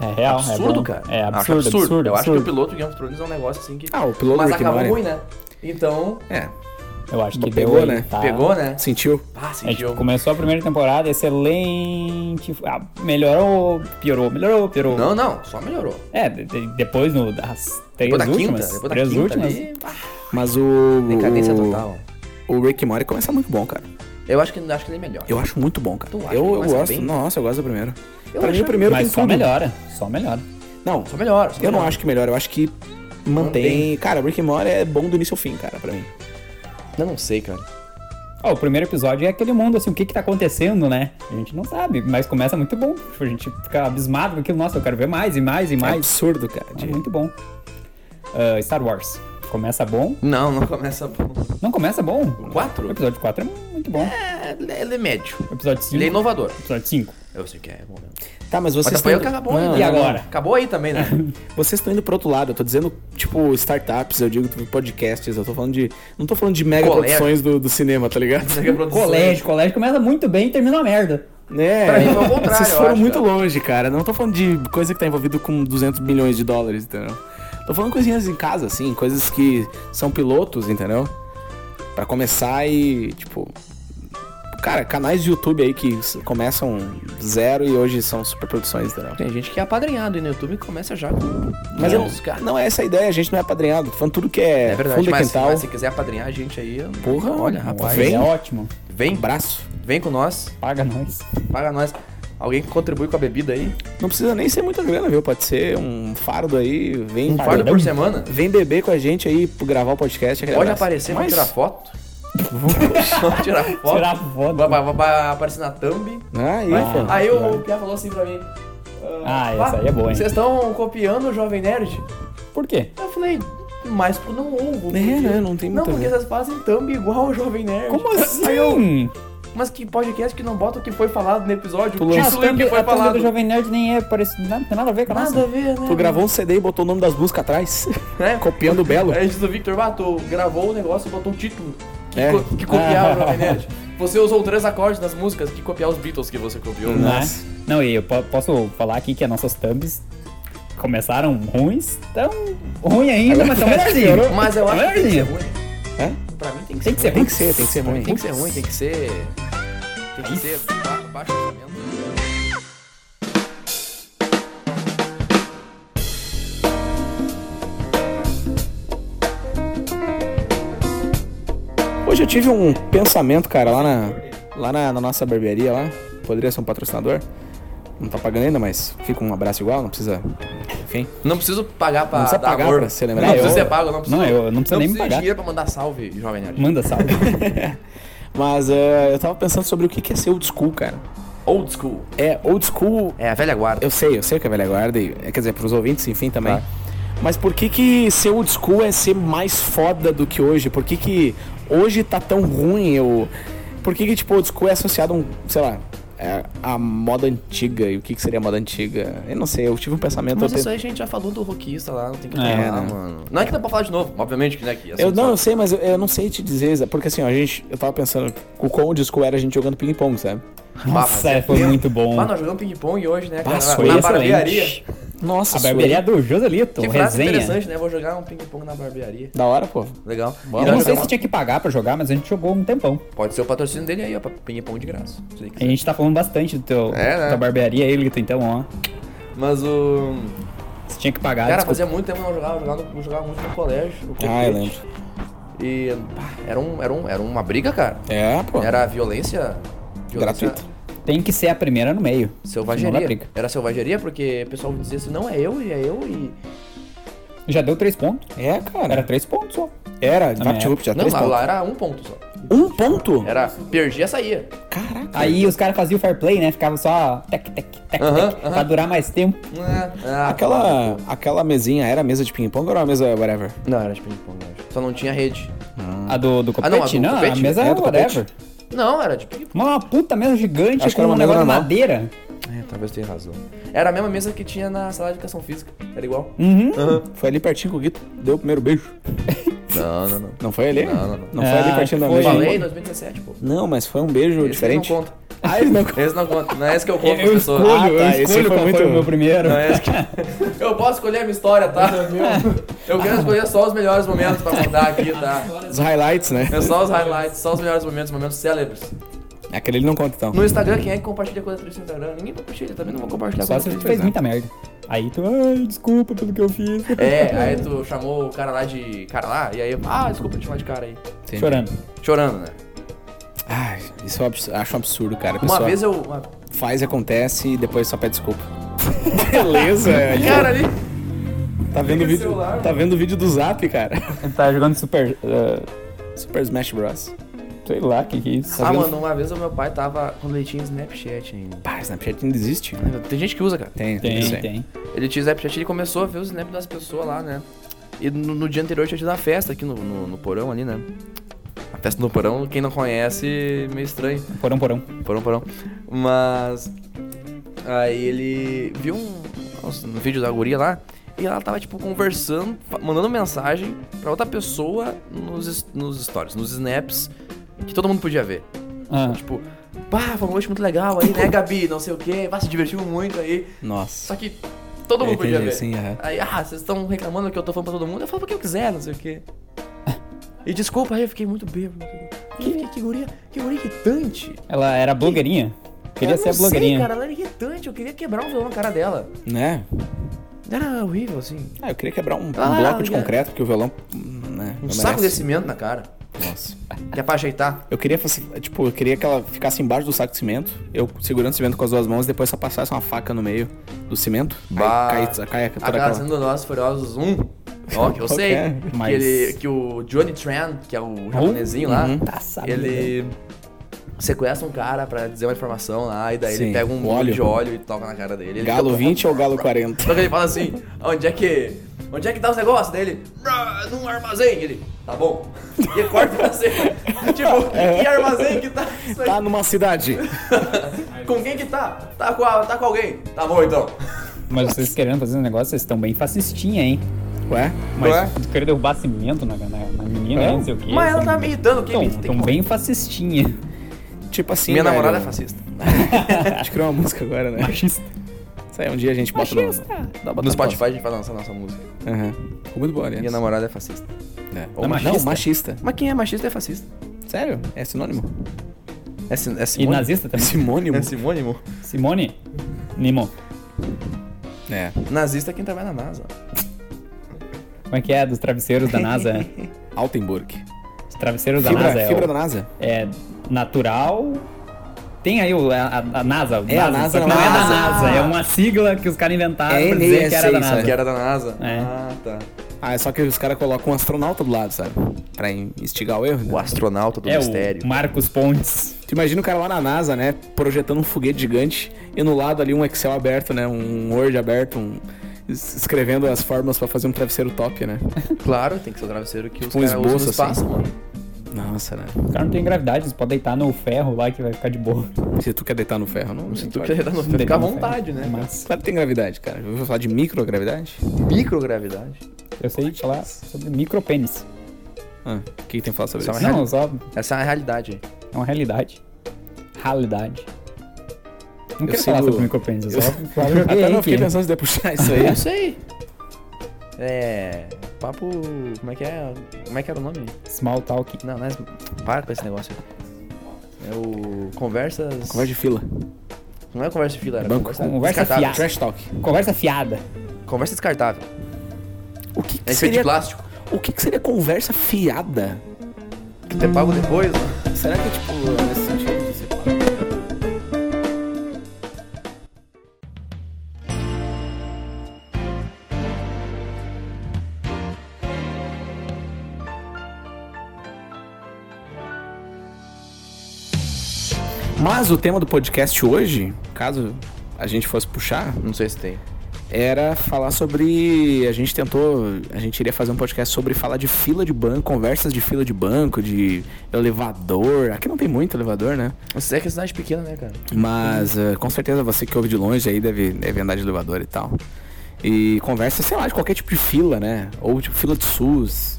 É real, é
absurdo,
bom.
cara.
É
Acho
absurdo, absurdo,
Eu acho que o
absurdo.
piloto de Game of Thrones é um negócio assim que.
Ah, o piloto
mas
do Rick
acabou
Morty.
ruim, né? Então,
É,
Eu acho que
Pegou,
deu aí,
né?
tá?
pegou, né?
sentiu.
Ah,
A gente
sentiu.
É começou a primeira temporada, excelente. Ah, melhorou, piorou, melhorou, piorou.
Não, não, só melhorou.
É, de- de- depois no, das três
Depois da quinta,
últimas.
depois da
três
quinta
últimas.
ali, ah,
Mas o.
decadência
o-
total.
O Rick Mori começa muito bom, cara.
Eu acho que, acho que ele é melhor.
Eu acho muito bom, cara.
Tu acha que
eu eu
começa
gosto.
bem?
Nossa, eu gosto do primeiro.
Eu
pra mim,
acho-
o primeiro
Mas
tem
só
tudo.
melhora, só melhora.
Não,
Só melhor. só
eu não
melhor.
acho que melhora. Eu acho que mantém. Cara, o Rick Mori é bom do início ao fim, cara, pra mim.
Eu não sei, cara.
Ó, o primeiro episódio é aquele mundo, assim, o que que tá acontecendo, né? A gente não sabe, mas começa muito bom. Tipo, A gente fica abismado com aquilo. Nossa, eu quero ver mais e mais e
É
mais.
absurdo, cara.
É
de-
muito bom. Ah, Star Wars. Começa bom.
Não, não começa bom.
Não começa bom.
O
O
4?
episódio 4 é muito bom.
É, ele é médio.
O episódio 5.
Ele é inovador.
Episódio 5.
Eu sei que é bom mesmo.
Tá, mas
Mas
vocês.
apanhou
tão-
que acabou
Não,
ainda.
E
né?
agora?
Acabou aí também, né?
Vocês estão indo pro outro lado, eu tô dizendo, tipo, startups, eu digo tipo, podcasts, eu tô falando de. Não tô falando de mega
Colégio.
produções do, do cinema, tá ligado?
Isso aqui é produção.
Colégio, colégio começa muito bem e termina uma merda.
É,
Pra mim foi o contrário,
vocês
eu
foram
acho,
muito
cara.
longe, cara. Não tô falando de coisa que tá envolvida com 200 bilhões de dólares, entendeu? Tô falando coisinhas em casa, assim, coisas que são pilotos, entendeu? Pra começar e, tipo. Cara, canais de YouTube aí que s- começam zero e hoje são super produções, entendeu?
Tem gente que é apadrinhado e no YouTube começa já com
Mas eu,
os caras.
não é essa a ideia, a gente não é apadrinhado. Tô falando tudo que é,
É verdade,
fundo e
mas,
quintal.
mas se quiser apadrinhar a gente aí, eu-
Porra,
olha, rapaz.
vem.
É ótimo.
Vem,
Abraço.
vem com nós,
Paga nós.
paga nós. Alguém que contribui com a bebida aí.
Não precisa nem ser muita grana, viu? Pode ser um fardo aí, vem,
Um fardo por semana.
vem beber com a gente aí pra gravar o podcast. aquele
Pode
abraço.
aparecer,
Mas-
vamos tirar foto. Vamos tirar foto.
Tirar
Vai,
foda.
vai- vai- vai aparecer na thumb.
Aí,
Vai.
Ah, pô.
Aí o Pia falou assim pra mim.
Ah, essa aí é boa, hein?
Vocês estão copiando o Jovem Nerd?
Por quê?
Eu falei, mas pro não ovo.
É,
porque-
né, não tem
Não,
muito a
porque
ver.
vocês fazem thumb igual o Jovem Nerd.
Como
Aí eu,
assim?
mas que podcast que não bota o que foi falado no episódio? O
Não, a
título e o
thumb,
que foi
a thumb
falado.
do Jovem Nerd nem é parecido. Não tem nada a ver com a
Nada
nossa.
a ver, né?
Tu gravou um CD e botou o nome das músicas atrás,
né?
copiando o Belo.
A gente do Victor matou, gravou o negócio e botou um título que,
É.
co- que copiava o
Ah.
Jovem Nerd. Você usou três acordes das músicas que copiar os Beatles que você copiou.
Não é?
Nossa.
Não, e eu po- posso falar aqui que as nossas thumbs começaram ruins, tão ruim ainda, mas tão melhorzinho.
Mas eu acho que tem que ser
melhorzinho.
ruim.
É?
Pra mim tem que ser
Tem que ser
Tem
ruim.
que ser, tem que ser ruim.
Tem que ser ruim, tem que ser. Tem que ser ba- baixo orçamento.
Hoje eu tive um pensamento, cara, lá na, lá na, na nossa barbearia lá. Poderia ser um patrocinador. Não tá pagando ainda, mas fica um abraço igual, não precisa. Enfim.
Não preciso pagar pra
Não precisa
dar
pagar
amor.
pra ser
Não
lembrado.
precisa
Eu-
ser pago, não precisa.
Não, eu não preciso nem
precisa
me
de
pagar.
dinheiro pra mandar salve, jovem nerd.
Manda salve.
Mas eh, eu tava pensando sobre o que que é ser old school, cara.
Old school.
É, old school
É a velha guarda.
Eu sei, eu sei que é velha guarda, e, é, quer dizer, pros ouvintes, enfim, também. Mas por que que ser old school é ser mais foda do que hoje? Por que que hoje tá tão ruim? Eu... Por que que, tipo, old school é associado a um, sei lá, é, a moda antiga? E o que que seria moda antiga? Eu não sei, eu tive um pensamento...
Mas
eu,
isso aí a gente já falou do rockista lá, não tem que
É,
falar,
né?
mano. Não é que dá pra falar de novo, obviamente que não é que
eu não, eu
assunto
sei, mas eu, eu não sei te dizer, Zé, porque assim, ó, a gente, eu tava pensando, o quão old school era a gente jogando ping-pong, sabe?
Nossa,
mas é
foi
mesmo.
muito bom.
Mas nós jogamos ping-pong hoje, né, cara?
Pá,
Na-
foi
na
excelente. Então,
barbearia.
Nossa,
A
isso aí-
barbearia do Joselito,
Que frase
resenha.
interessante, né? Vou jogar um ping-pong na barbearia.
é Da hora, pô.
Legal. E
Bom,
nós
Eu não sei
jogamos-
se tinha que pagar pra jogar, mas a gente jogou um tempão.
Pode ser o patrocínio dele aí, ó, pra ping-pong de graça. se ele
A
quiser.
gente tá falando bastante do teu,
É, né?
da barbearia, aí, Lito, então, ó.
Mas o.
Você tinha que pagar,
Cara,
desculpa.
fazia muito tempo que eu não jogava, eu jogava, no- eu jogava muito no colégio. no
Ah, eu
colete.
lembro.
E pá, era, um, era, um, era uma briga, cara.
É, pô.
Era violência. violência
Gratuita.
Tem que ser a primeira no meio. Senão dá
Selvageria.
briga.
Era selvageria porque o pessoal dizia assim: não, é eu e é eu e.
Já deu três pontos.
É, cara.
Era
Era,
três pontos só.
era
minha
VaptVup, já
Não,
três
lá,
pontos.
lá era um ponto só.
Um ponto?
Era perdia, saía.
Caraca.
Aí os caras faziam o fair play, né? Ficava só tec, tec, tec, tec,
Aham,
pra durar mais tempo.
Ah,
Aquela, aquela mesinha era mesa de ping-pong ou era uma mesa whatever?
Não, era de ping-pong, eu acho. Só não tinha rede.
Hum.
A do, do
Ah, não, a
copete?
do
não, a
copete?
mesa
É,
é
a do
whatever.
Não, era de ping-pong.
Uma puta mesa gigante
Acho que
com
era
um
uma
negócio de
mesa normal.
madeira.
Talvez tenha razão. Era a mesma mesa que tinha na sala de educação física. Era igual?
Uhum.
Foi ali pertinho com o Guito. Deu o primeiro beijo.
Não, não, não.
Não foi ali?
Não, não, não.
Não foi ali
Ah,
pertinho da
foi.
Eu
mesa.
falei em 2017,
Hum,
pô.
Não, mas foi um beijo
Esse aí não
diferente.
conta.
Ah, ele não conta.
Esse não conta. Não é esse que eu conto
Eu
pras pessoas.
escolho,
Ah, tá, esse
eu escolho
foi
qual foi
muito-
o meu primeiro.
Não é esse que- Eu posso escolher a minha história, tá? Eu quero escolher só os melhores momentos pra contar aqui, tá?
Os highlights, né?
É só os highlights, só os melhores momentos, momentos célebres.
Aquele ele não conta, então.
No Instagram, quem é que compartilha coisa triste no Instagram? Ninguém compartilha, também não vou compartilhar
Só
coisa
se a gente
triste.
fez
né?
muita merda. Aí tu, ai, desculpa pelo que eu fiz.
É,
né?
aí tu chamou o cara lá de. Cara lá, e aí eu. Ah, desculpa te chamar de cara aí.
Entendi.
Chorando.
Chorando, né?
Ai, isso eu abs- acho um absurdo, cara. A
Uma
pessoa
vez eu. uma-
faz, acontece e depois só pede desculpa. Beleza, velho.
Cara ali.
Tá vendo o vídeo, tá vendo o vídeo do Zap, cara.
Tá jogando super. eh,
Super Smash Bros.
sei lá o que, que é isso.
Ah, mano, uma vez o meu pai tava quando ele tinha Snapchat ainda.
Pá, Snapchat não existe. né?
Tem gente que usa, cara.
Tem, tem, isso
Tem,
aí.
tem.
Ele tinha Snapchat e ele começou a ver os snaps das pessoas lá, né? E no, no dia anterior tinha tido uma festa aqui no, no, no porão ali, né? A festa no porão, quem não conhece, meio estranho.
Porão, porão.
Porão, porão. Mas. Aí ele viu um, nossa, um vídeo da guria lá. E ela tava, tipo, conversando, fa- mandando mensagem pra outra pessoa nos, es- nos stories, nos snaps, que todo mundo podia ver.
Ah,
Tipo, pá, foi uma noite muito legal aí, né, Gabi? Não sei o quê, pá, se divertiu muito aí.
Nossa.
Só que todo mundo
Eu
podia
entendi,
ver.
sim, aham.
Aí, ah, vocês estão reclamando que eu tô falando pra todo mundo. Eu falo porque eu quiser, não sei o quê. E desculpa, aí eu fiquei muito bêbado. Que, que, que guria, que guria irritante.
ela era blogueirinha. Queria
eu
ser a
não Sei,
blogueirinha.
cara, ela era irritante, eu queria quebrar um violão na cara dela.
Né?
Era horrível, assim.
Ah, eu queria quebrar um, um
Ah,
bloco de
já-
concreto, porque o violão. hum, Né,
Um
não
saco de
merece.
cimento na cara.
Nossa.
Que é pra ajeitar.
Eu queria, faci- tipo, eu queria que ela ficasse embaixo do saco de cimento, eu segurando o cimento com as duas mãos e depois só passasse uma faca no meio do cimento. Aí
Bah.
cai, cai toda
A
aquela...
cena do Nós Furiosos 1. Ó, que eu
Qual
sei.
que é? Hum?
Que,
Mas-
ele, que o Johnny Tran, que é o japonesinho lá,
Uhum.
Tá sabendo.
ele sequestra um cara pra dizer uma informação lá, e daí
Sim,
ele pega um
o
bolo
óleo.
de óleo e toca na cara dele. Ele
Galo
fica-
20 ou galo 40?
Só que ele fala assim, onde é que. Onde é que tá os negócios? Daí ele. "Ah, Num armazém, ele. Tá bom. E ele corta pra cima. tipo, que armazém que tá isso aí?
É. Tá numa cidade.
Com quem que tá? Tá com, a- tá com alguém. Tá bom então.
Mas vocês querendo fazer um negócio, vocês estão bem fascistinha, hein?
Ué?
Mas
Ué?
tu querer derrubar cimento na, na, na menina,
É?
não sei o que.
Mas ela tá me irritando, quem me irrita?
Estão bem fascistinha.
Tipo assim,
Minha
velho, Tá
namorada é fascista.
A gente criou uma música agora, né?
Machista.
Isso aí, um dia a gente bota no... dá- bota
No Spotify a gente vai lançar nossa música.
Aham. Ficou muito boa, aliás.
Minha namorada é fascista.
É.
Ou
Não,
machista.
Não, machista.
Mas quem é machista é fascista.
Sério? É sinônimo?
É, sin é
E
simônimo.
nazista também.
Simônimo?
É simônimo.
Simone? Nimo.
É.
Nazista é quem trabalha na NASA.
Como é que é? Dos travesseiros da NASA?
Altenburg.
Os travesseiros da
Fibra,
NASA é,
fibra
o-
da NASA?
é natural. Tem aí o- a, a- a NASA. o
É, a NASA
só que
não
não
é
é da
NASA.
NASA. É uma sigla que os caras inventaram
É
pra dizer que era da
NSA,
NASA.
Que era da NASA.
É.
Ah, tá.
Ah, é só que os caras colocam um astronauta do lado, sabe? Pra instigar o erro. né?
O astronauta do
É
mistério.
o Marcos Pontes.
Tu imagina o cara lá na NASA, né? Projetando um foguete gigante e no lado ali um Excel aberto, né? Um Word aberto, um... es- escrevendo as fórmulas pra fazer um travesseiro top, né?
Claro, tem que ser o travesseiro que os
Um
caras usam no
esboço,
espaço,
assim.
mano.
Nossa, né?
O cara não tem gravidade, eles podem deitar no ferro lá que vai ficar de boa.
Se tu quer deitar no ferro, Então, é, não.
Se
nem
tu
pode.
quer dar no fica à vontade, né?
é. Mas
Claro que tem gravidade, cara. Eu ouvi falar de microgravidade?
Microgravidade.
eu sei falar sobre micropênis.
Ah, o que, que tem que falar sobre
Só
isso?
uma
Não, só
Essa é a realidade.
é uma realidade. Realidade. Não quero
sigo-
falar sobre micropênis, eu só falo
Até
joguei
não
aqui.
fiquei pensando se ia puxar isso aí.
Eu sei. É. Papo. Como é que é? Como é que era o nome?
Small talk.
Não, não é. Para com esse negócio. É o. Conversas.
Conversa de fila.
Não é conversa de fila, era
Banco.
conversa.
Conversa
descartável.
fiada.
Trash talk.
Conversa fiada.
Conversa descartável.
O que, que
É feito de
seria.
plástico.
O que, que seria conversa fiada?
Que te pago depois.
Será que, tipo, nesse sentido de ser. Mas o tema do podcast hoje, caso a gente fosse puxar,
Não sei se tem.
era falar sobre. A gente tentou. A gente iria fazer um podcast sobre falar de fila de banco, conversas de fila de banco, de elevador. Aqui não tem muito elevador, né?
Você é que é cidade pequena, né, cara?
Mas eh, com certeza você que ouve de longe aí deve, deve andar de elevador e tal. E conversa, sei lá, de qualquer tipo de fila, né? Ou tipo fila de SUS.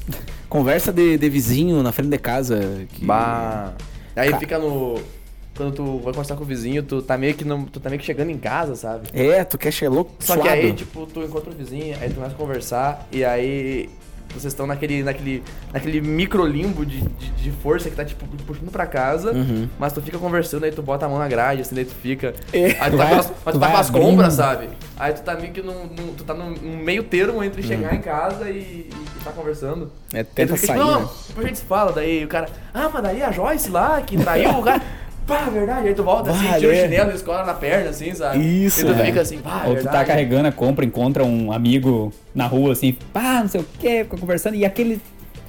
Conversa de, de vizinho na frente de casa. Que...
Bah. Aí
Ca-
fica no. Quando tu vai conversar com o vizinho, tu tá meio que não. Tu tá meio que chegando em casa, sabe?
É, tu quer chegar louco,
Só
suado.
que aí, tipo, tu encontra o vizinho, aí tu começa a conversar, e aí vocês estão naquele, naquele, naquele micro limbo de, de, de força que tá, tipo, te puxando pra casa,
Uhum.
mas tu fica conversando, aí tu bota a mão na grade, assim, daí tu fica.
É.
Aí tu tá
Vai-
com as, mas tu tá
vai
com as
abrindo.
compras, sabe? Aí tu tá meio que num, num- tu tá num, num meio termo entre chegar em casa e, e tá conversando.
É,
Aí tu
tenta
fica,
sair.
Tipo,
né?
não, depois a gente se fala, daí o cara, ah, mas daí a Joyce lá, que traiu o cara. Pá, verdade, aí tu volta assim,
Bah,
tira o
é.
chinelo e escola na perna, assim, sabe?
Isso,
E tu
velho.
fica assim, pá,
Ou tu tá
verdade.
carregando a compra, encontra um amigo na rua, assim, pá, não sei o que, fica conversando, e aquele,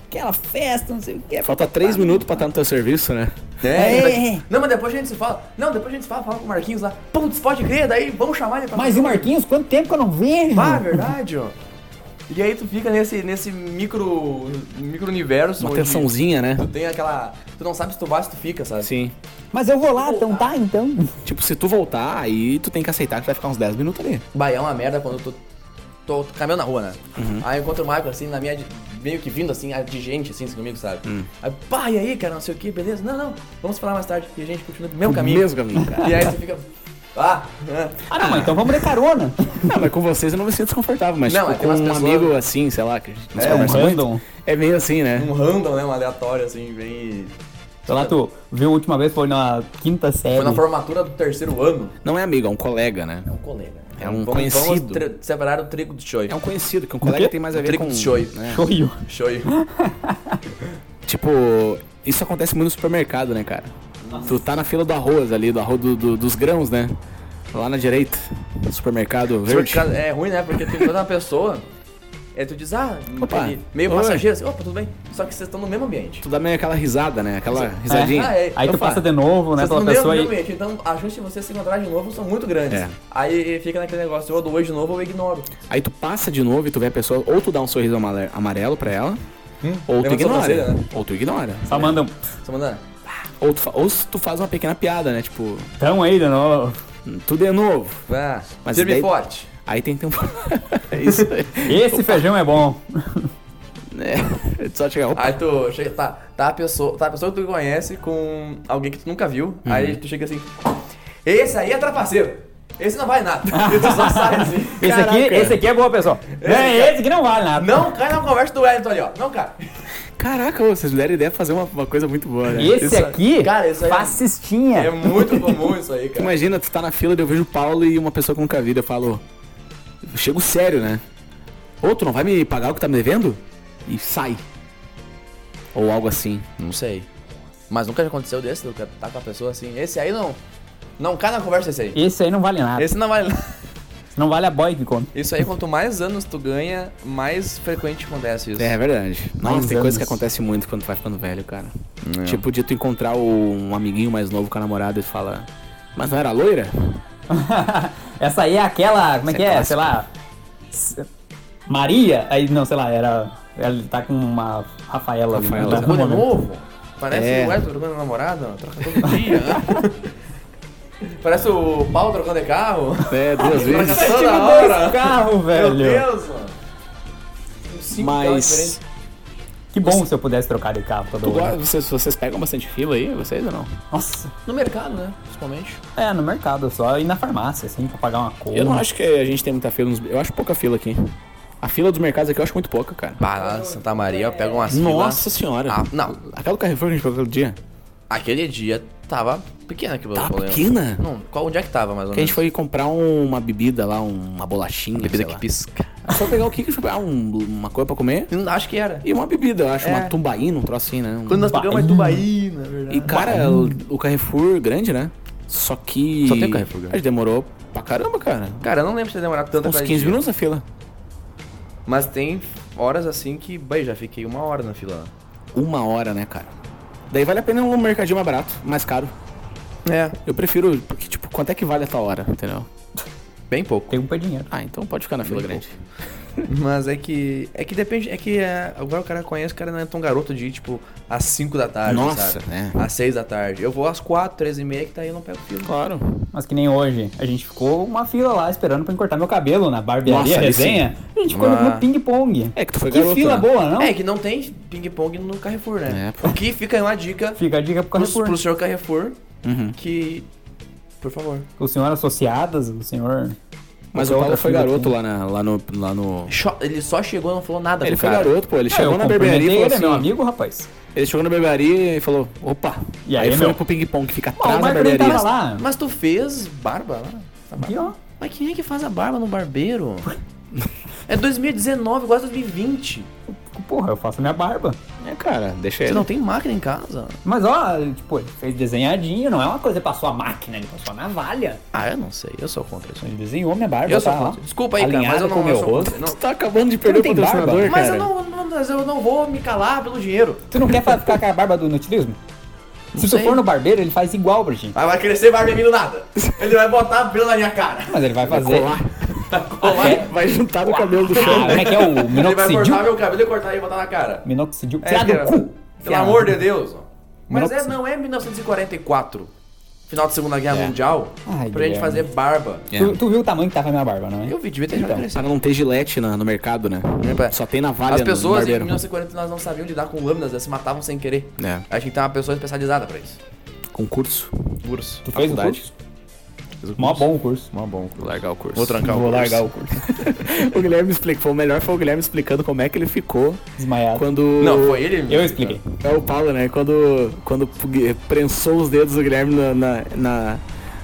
aquela festa, não sei o que.
Falta três minutos pra estar no teu serviço, né?
É,
É.
Não, mas depois a gente se fala. Não, depois a gente se fala, fala com o Marquinhos lá. Putz, pode crer, daí vamos chamar ele pra.
Mas e o um Marquinhos, quanto tempo que eu não vejo?
Pá, é verdade, ó. E aí tu fica nesse, nesse micro. micro universo.
Uma tensãozinha, né?
Tu tem aquela. Tu não sabe se tu vai, se tu fica, sabe?
Sim.
Mas eu vou lá, então tá, então.
Tipo, se tu voltar, aí tu tem que aceitar que vai ficar uns 10 minutos ali.
Bah, é uma merda quando tu. Tô, tô caminhando na rua, né?
Uhum.
Aí eu encontro o Marco assim, na minha. de- meio que vindo assim, de gente assim comigo, sabe?
Hum.
Aí, pá, e aí, cara, não sei o que, beleza? Não, não, vamos falar mais tarde. E a gente continua no mesmo caminho.
Mesmo caminho, cara.
E aí tu fica. Ah, ah.
Ah, não, mas então vamos de carona.
Não, mas com vocês eu não me sinto desconfortável, mas
Não,
tipo,
é, tem
com um
umas pessoas-
amigo assim, sei lá, que a gente não se
É, um
conversa muito,
random.
é meio assim, né?
um random, né? Um aleatório, assim, bem.
Sei lá, tu Então, viu a última vez, foi na quinta série.
Foi na formatura do terceiro ano.
Não é amigo, é um colega, né?
É um colega.
É um conhecido.
Vamos tre- separar o trigo do shoyu.
É um conhecido, que um
quê?
colega tem mais a
O
ver
trigo
com...
de shoyu.
né?
Shoyu.
Shoyu.
Tipo, isso acontece muito no supermercado, né, cara? Tu tá na fila do arroz ali, do arroz do- do- dos grãos, né? Lá na direita, supermercado verde.
Supermercado- É ruim, né? Porque tu encontra uma pessoa. Aí tu diz, ah,
Opa.
ele- meio
Oi.
passageiro, assim, opa, tudo bem. Só que vocês estão no mesmo ambiente.
Tu dá meio aquela risada, né? Aquela risadinha.
Ah, é.
Aí tu
Opa.
passa de novo, né,
Vocês estão
pela
no mesmo
pessoa aí.
ambiente, então a chance de vocês se encontrar de novo são muito grandes.
É.
Aí fica naquele negócio, ou eu dou oi de novo ou eu ignoro.
Aí tu passa de novo e tu vê a pessoa, ou tu dá um sorriso amale- amarelo pra ela, ou tu
levanta a
ignora.
sobrancelha, né?
Ou tu ignora.
Só manda um,
Só mandando.
Ou tu, fa- ou se tu faz uma pequena piada, né? Tipo,
tão aí de novo.
tu de novo.
Ah,
Mas
firme e
daí-
forte.
Aí tem tempo. é isso aí.
Esse feijão é bom.
É, tu só chega. Opa,
Aí tu chega, tá, tá a pessoa, tá a pessoa que tu conhece com alguém que tu nunca viu, aí tu chega assim, esse aí é trapaceiro, esse não vai nada, e tu só sai assim.
Esse aqui, esse aqui é boa, pessoal. é, esse aqui não vale nada.
Não cai na conversa do Wellington ali, ó, não cai.
caraca, ô, vocês me deram ideia pra fazer uma, uma coisa muito boa, né?
Esse
Isso-
aqui,
cara, isso aí é-
fascistinha.
É muito comum isso aí,
Tu
cara.
Imagina, tu tá na fila, daí eu vejo o Paulo e uma pessoa que eu nunca vi, daí eu falo. eu Chego sério, né? Ou tu não vai me pagar o que tá me devendo? E sai. Ou algo assim.
Não sei, mas nunca já aconteceu desse, tu tá com a pessoa assim, esse aí não, não cai na conversa esse aí.
Esse aí não vale nada.
Esse não vai
Não vale a boy que come.
Isso aí, quanto mais anos tu ganha, mais frequente acontece isso.
É, é verdade. Nossa,
Mais
tem coisa
anos.
que acontece muito quando tu vai ficando velho, cara.
É.
Tipo, de tu encontrar o- um amiguinho mais novo com a namorada e tu fala. Mas não era loira?
Essa aí é aquela, como é
Essa
que
é
é?
clássica.
Sei lá. S- Maria? Aí, não, sei lá, era. Ela tá com uma Rafaela. ali,
Rafaela.
tá
Trocou
Quando é
arrumando.
novo, parece
É.
o Wellington trocando namorada, ó, troca todo dia. né? parece o Paulo trocando de carro.
É, duas vezes.
Troca toda
Dois
hora.
carros,
Meu
velho.
Deus, mano. Uns Cinco carros
Mas.
diferentes.
Que bom se eu pudesse trocar de carro toda
Tu
hora.
gosta- vocês, vocês pegam bastante fila aí, vocês ou não?
Nossa.
No mercado, né? Principalmente.
É, no mercado só. E na farmácia, assim, pra pagar uma conta.
Eu não acho que a gente tem muita fila nos. Eu acho pouca fila aqui. A fila dos mercados aqui eu acho muito pouca, cara.
Para Santa Maria, pega umas
Nossa senhora.
Ah, não.
Aquela do Carrefour que a gente pegou aquele dia.
Aquele dia tava pequena que eu
Tá
lembro.
pequena?
Não, qual, onde é que tava mais ou
Que a gente
menos?
foi comprar um- uma bebida lá, um, uma bolachinha.
Bebida
sei
que
lá.
pisca.
Só pegar o que que a gente foi pegar? Um- uma coisa pra comer
Acho que era.
e uma bebida, eu acho.
É.
Uma tumbaína, um troço assim, né? Um-
Quando nós pegamos a Tubaí, na verdade.
E cara, o, o Carrefour grande, né? Só que.
Só tem o Carrefour grande.
A gente demorou pra caramba, cara.
Cara, eu não lembro de ter demorado tanto
Uns
pra
15
gente.
minutos na fila.
Mas tem horas assim que, bem, já fiquei uma hora na fila.
Uma hora, né, cara? Daí vale a pena um mercadinho mais barato, mais caro.
É.
Eu prefiro, porque, tipo, quanto é que vale a tua hora, entendeu?
Bem pouco.
Tem um pé de dinheiro.
Ah, então pode ficar na fila
Bem
grande.
Mas é que. É que depende. É que é, agora o cara conhece, o cara não é tão garoto de ir, tipo, às 5 da tarde,
Nossa,
sabe?
né?
Às 6 da tarde. Eu vou às 4, 3 e meia, que tá aí eu não pego fila.
Claro.
Mas que nem hoje. A gente ficou uma fila lá esperando pra cortar meu cabelo na barbearia
Nossa, ali
resenha. A gente ficou
Ah.
no ping-pong.
É que tu foi
que
garoto.
fila
né?
boa, não?
É que não tem ping-pong no Carrefour, né?
É, pô.
o que fica aí uma dica
Fica a dica pro
pro,
Carrefour.
pro senhor Carrefour
Uhum.
que. Por favor.
O senhor associadas, o senhor.
Mas o
Qualquer
Paulo
outra
foi
tá fila
garoto
tem.
lá, na- lá no. Lá no...
Cho- Ele só chegou e não falou nada
Ele
pro
foi
cara.
garoto, pô. Ele chegou
Ah, eu
na barbearia e
cumprimentei
falou
ele, é
assim,
meu amigo, rapaz.
Ele chegou na barbearia e falou, opa.
E aí,
aí foi
meu?
pro ping-pong que fica
Ó,
atrás
o
da
Marco nem
barbearia.
tava lá.
Mas tu fez barba lá? Tá barba.
Aqui, ó.
Mas quem é que faz a barba no barbeiro? É 2019, quase 2020.
Porra, eu faço minha barba.
É, cara, deixa
Você
ele.
não tem máquina em casa?
Mas ó, tipo, ele fez desenhadinho, não é uma coisa que passou a máquina, ele passou a navalha.
Ah, eu não sei. Eu sou contra isso aí.
Ele desenhou minha barba,
Eu sou
tá? ó.
contra. Desculpa aí, cara, mas
Alinhada
eu não
com o meu
eu sou
rosto.
contra. Não.
tá acabando de
Tu não tem barba?
né,
Mas eu não, não- mas eu não vou me calar pelo dinheiro.
Tu não quer fa- ficar com a barba do inutilismo? Se tu
sei.
for no barbeiro, ele faz igual pra gente.
Aí Ah, vai crescer barba em mim do nada. Ele vai botar a pelo na minha cara.
Mas ele vai fazer.
Vai, vai juntar no cabelo do
Ah,
chão.
como é que é o
Ele vai cortar
minoxidil?
meu cabelo e cortar e botar na cara.
Minoxidil.
É,
Tirar
cara,
do cu.
Pelo amor de
Deus.
Deus. Mas é,
Minoxidil.
não é 1944. Final da Segunda Guerra Mundial.
É. Ai, é.
pra gente
Guilherme.
fazer barba.
Tu, tu viu o tamanho que tava a minha barba, não é?
É. Eu vi, devia ter já
Então.
crescido.
Cara, não tem gilete na- no mercado, né?
pá.
Só tem navalha
É. As
no
pessoas em
barbeiro. né?
1940 elas não sabiam lidar com lâminas, elas se matavam sem querer.
É,
A gente tem uma pessoa especializada pra isso.
concurso.
Urso.
Tu fez o
Faculdade.
curso? Mó bom o curso.
Uma bom.
Vou largar o curso.
Vou trancar
Vou
o curso.
largar o curso.
O Guilherme explicou. O melhor foi o Guilherme explicando como é que ele ficou
Desmaiado.
quando.
Não, foi ele.
Eu expliquei.
Então,
É o Paulo, né? Quando, quando pu- prensou os dedos do Guilherme na. na- na-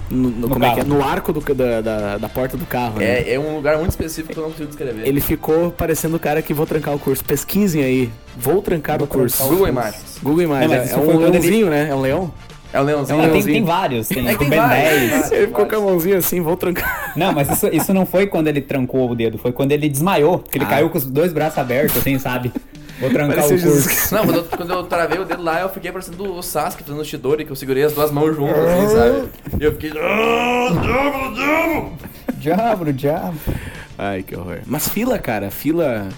no, no-
No
como é que é?
carro.
No arco do ca- da, da, da porta do carro, né?
É, é um lugar muito específico que eu não consigo descrever.
Ele ficou parecendo o cara que vou trancar o curso. Pesquisem aí. Vou trancar o curso.
É Google Imagens.
Google Imagens.
Não, mas
É,
isso foi
um
quando ele-
leãozinho, né? É um leão?
É o leãozinho.
É
Ah, tem,
leãozinho.
tem vários, tem,
É que tem
Ben
vários,
10.
vários.
Ele ficou com a mãozinha assim, vou trancar.
Não, mas isso, isso não foi quando ele trancou o dedo, foi quando ele desmaiou. Que ele
Ah.
caiu com os dois braços abertos, assim, sabe? Vou trancar
Parecia
o curso.
Jesus
Não, quando eu, quando eu travei o dedo lá, eu fiquei parecendo o Sasuke fazendo o Shidori, que eu segurei as duas mãos juntas, assim, sabe? E eu fiquei. "Ah, Diabo, diabo!
Diabo, diabo.
Ai, que horror. Mas fila, cara, fila.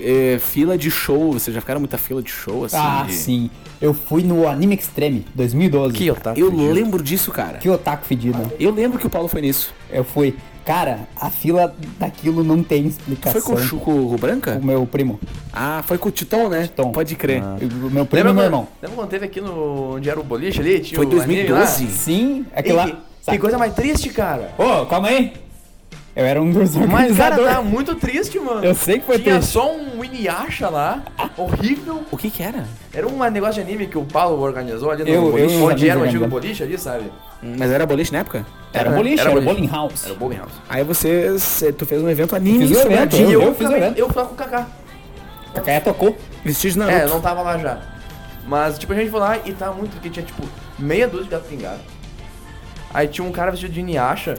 é, fila de show, vocês já ficaram muita fila de show assim?
Ah,
de-
sim. Eu fui no Anime Extreme 2012.
Que otário.
Eu lembro disso, cara.
Que otaku fedido.
Eu lembro que o Paulo foi nisso.
Eu fui. Cara, a fila daquilo não tem
Tu
explicação.
foi com o Chuco Ru Branca?
Tá O Ah. meu primo.
Ah, foi com o Titão, né?
Titão.
Pode crer.
Eu- O meu primo
Lembra,
e meu
quando-
irmão.
lembra quando teve aqui no. onde era o boliche ali? Tinha
Foi
o anime lá?
2012?
Sim,
Ei,
aquele lá.
que- que coisa mais triste, cara.
Ô, calma aí. Eu era um
Mas,
dos
cara,
organizadores.
tá muito triste, mano.
Eu sei que foi
Tinha
triste.
só um Inuyasha lá, horrível.
O que que era?
Era um negócio de anime que o Paulo organizou ali no
Eu- eu
boliche,
e os
onde era o
amigos
antigo
organizamos.
boliche ali, sabe?
Mas era boliche na época?
Era boliche,
Era
era,
boliche.
bowling house.
Era o Bowling House.
Aí você, cê- tu fez um evento anime
Fiz um né? evento,
instrumental.
Eu-
eu,
eu fiz o
também-
evento.
eu fui lá com o Kaká.
A Caia tocou.
Vestígio
É, eu
Naruto.
não tava lá já. Mas, tipo, a gente foi lá e tava muito, porque tinha, tipo, meia dúzia de gato pingado. Aí tinha um cara vestido de Inuyasha.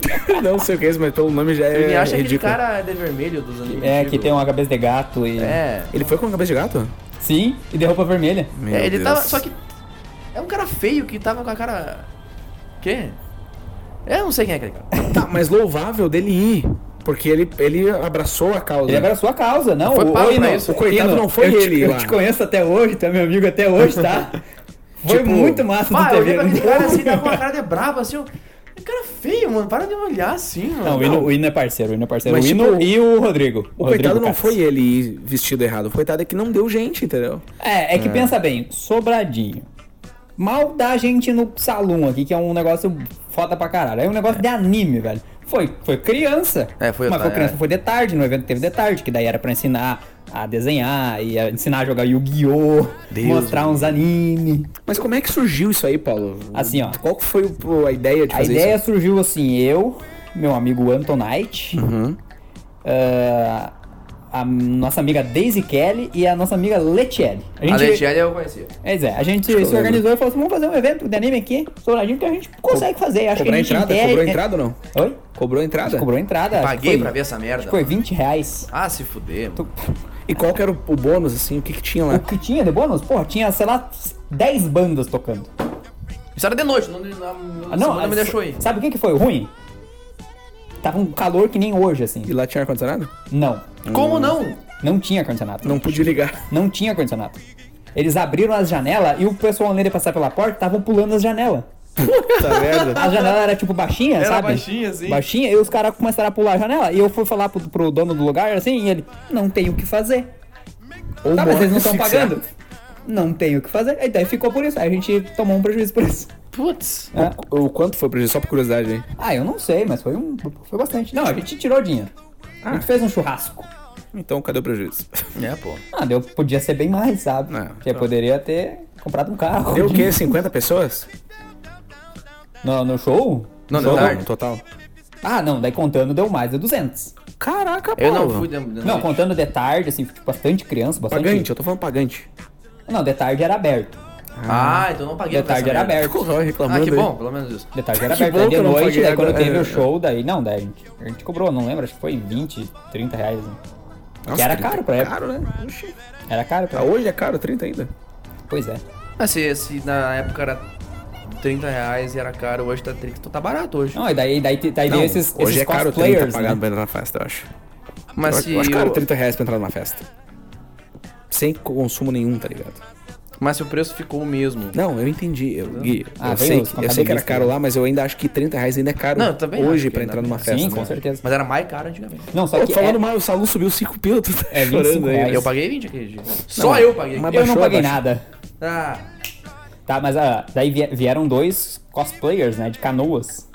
não... sei o que é isso, mas pelo nome já
O
é
Inuyasha é aquele
ridículo.
cara de vermelho dos animes.
É, que
antigos.
tem uma cabeça de gato e.
É.
Ele foi com a cabeça de gato?
Sim, e de roupa vermelha.
Meu
é, ele tava.
Deus.
Só que. É um cara feio que tava com a cara. Quê? É, eu não sei quem é aquele cara.
Tá, mas louvável dele ir. Porque ele, ele abraçou a causa.
Ele abraçou a causa, não?
Foi
o,
pago
oi,
pra
não.
isso.
O coitado
Pino,
não foi
eu
ele
Te, eu
lá.
te conheço até hoje, tu é meu amigo até hoje, tá? Foi
Tipo,
muito massa
Pá, eu
de ter
olhei
é
pra aquele
visto.
cara assim, tava com uma cara de brabo, assim, eu... Cara feio, mano, para de me olhar assim, mano.
Não, o Ino, o Ino é parceiro, o Ino é parceiro.
Mas,
o Ino
tipo,
e o Rodrigo.
O coitado não
Cates.
foi ele ir vestido errado. O coitado é que não deu gente, entendeu?
É, é que pensa bem, sobradinho. Mal dá gente no salão aqui, que é um negócio foda pra caralho. É um negócio de anime, velho. Foi, foi criança.
É, foi
Mas foi
otário,
criança,
é.
foi de tarde, no evento que teve de tarde, que daí era pra ensinar a desenhar, e a ensinar a jogar Yu-Gi-Oh! Mostrar uns anime.
Mas como é que surgiu isso aí, Paulo?
Assim, ó.
Qual que foi o- a ideia de
A
fazer
ideia
isso?
surgiu assim, eu, meu amigo Antonite,
Uhum.
ah, a nossa amiga Daisy Kelly e a nossa amiga Letiele.
A Letiele eu conhecia.
Pois é, a gente se organizou e falou assim, vamos fazer um evento de anime aqui, Sobradinho, que a gente consegue fazer. Acho que
Cobrou
a
a
gente
entrada?
entende-
Cobrou a entrada ou não?
Oi?
Cobrou a entrada?
Cobrou a entrada. acho que
Paguei
foi-
pra ver essa merda.
acho que Foi 20 reais.
Ah, se fuder, mano.
E qual que era o, o bônus, assim? O que que tinha lá?
O que tinha de bônus? Porra, tinha, sei lá, 10 bandas tocando.
Isso era de noite, não, não, não,
Ah, não,
não me
as-
deixou aí.
Sabe o que que foi ruim? Tava um calor que nem hoje, assim.
E lá tinha ar-condicionado?
Não. Hum.
Como não?
Não tinha ar-condicionado.
Não podia ligar.
Não tinha ar-condicionado. Eles abriram as janelas e o pessoal, além de passar pela porta, estavam pulando as janelas.
Puta merda.
A janela era tipo baixinha,
Era
sabe?
baixinha, assim.
Baixinha, e os caras começaram a pular a janela. E eu fui falar pro, pro dono do lugar assim, e ele, não tem o que fazer.
Ou
tá, mas
morre
eles não estão
asfixiado.
pagando? Não tem o que fazer. Aí daí ficou por isso. Aí a gente tomou um prejuízo por isso.
Putz.
É.
O quanto foi o prejuízo? Só por curiosidade, hein?
Ah, eu não sei, mas foi um. Foi bastante. Não, a gente tirou dinheiro. A gente fez um churrasco.
Então, cadê o prejuízo?
É, pô.
Ah, deu, podia ser bem mais, sabe?
É,
Porque poderia ter comprado um carro.
Deu o quê? 50 pessoas?
No, no show?
Não,
No
não,
show
não.
do-
total.
Ah, não, daí contando deu mais de 200.
Caraca,
Eu
Paulo.
não fui dentro dentro
Não,
do-
contando de tarde, assim, tipo, bastante criança, bastante.
Pagante, eu tô falando pagante.
Não, de tarde era aberto.
Ah, então não paguei.
De tarde era aberto.
Ficou reclamando
Ah, que
aí.
bom, pelo menos isso.
De tarde era
Que
aberto.
bom
Aí
que
de
eu não
noite,
paguei
daí
nada.
quando teve
É,
o
é.
show, daí não, daí a gente, a gente cobrou, não lembro, acho que foi 20, 30 reais. Né?
Nossa,
que era
30.
caro pra época.
Caro, né? Oxi.
Era caro pra
Ah, hoje é caro, 30 ainda.
Pois é.
Ah, se, se na época era 30 reais e era caro, hoje tá 30, então tá barato hoje.
Ah,
Não, e daí, daí, daí veio esses,
hoje
esses
é caro 30
cosplayers,
pagado
né?
pra entrar na festa, eu acho.
Mas
eu,
se,
eu acho caro
o,
30 reais pra entrar numa festa. Sem consumo nenhum, tá ligado?
mas se o preço ficou o mesmo.
Não, eu entendi. Eu, Gui,
Ah,
eu,
vem
sei
os
que, eu sei que era
contabilistas,
caro
né?
lá, mas eu ainda acho que 30 reais ainda é caro
Não, eu também acho
hoje
que
pra
ainda
entrar
é
numa festa.
Sim,
né?
com certeza.
Mas era mais caro antigamente.
Não, só
Pô,
que
falando
é-
mal, o Salu subiu 5 pila, tu tá
É 25
chorando aí.
reais.
Eu paguei 20 aquele dia. Só eu paguei.
mas-
eu
abaixou,
não paguei
abaixou.
nada.
Ah,
Tá, mas ah, daí vie- vieram dois cosplayers, né, de canoas.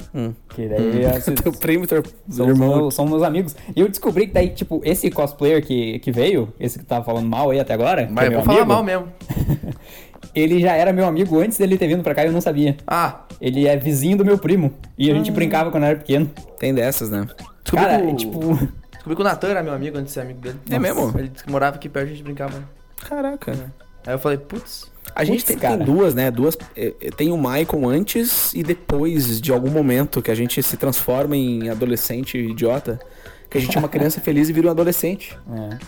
Que daí assim,
Hum. Teu primo, teu
Hum. são, os
irmão.
meus, são meus amigos. E eu descobri que daí, tipo, esse cosplayer que, que veio, esse que tava falando mal aí até agora, que é
mas eu
meu
vou falar
amigo,
mal mesmo.
ele já era meu amigo antes dele ter vindo pra cá e eu não sabia.
Ah,
Ele é vizinho do meu primo. E a
Ah.
gente brincava quando era pequeno.
Tem dessas, né?
descobri,
Cara,
que
é
o,
tipo.
descobri que o Natan era meu amigo antes de ser amigo dele.
É mesmo?
Ele disse que morava aqui perto, a gente brincava.
Caraca.
Aí eu falei, putz,
A gente
Putz,
tem,
cara.
tem duas, né? Duas. eh, eh, Tem o Michael antes e depois de algum momento que a gente se transforma em adolescente idiota. Que a gente é uma criança feliz e vira um adolescente.
É.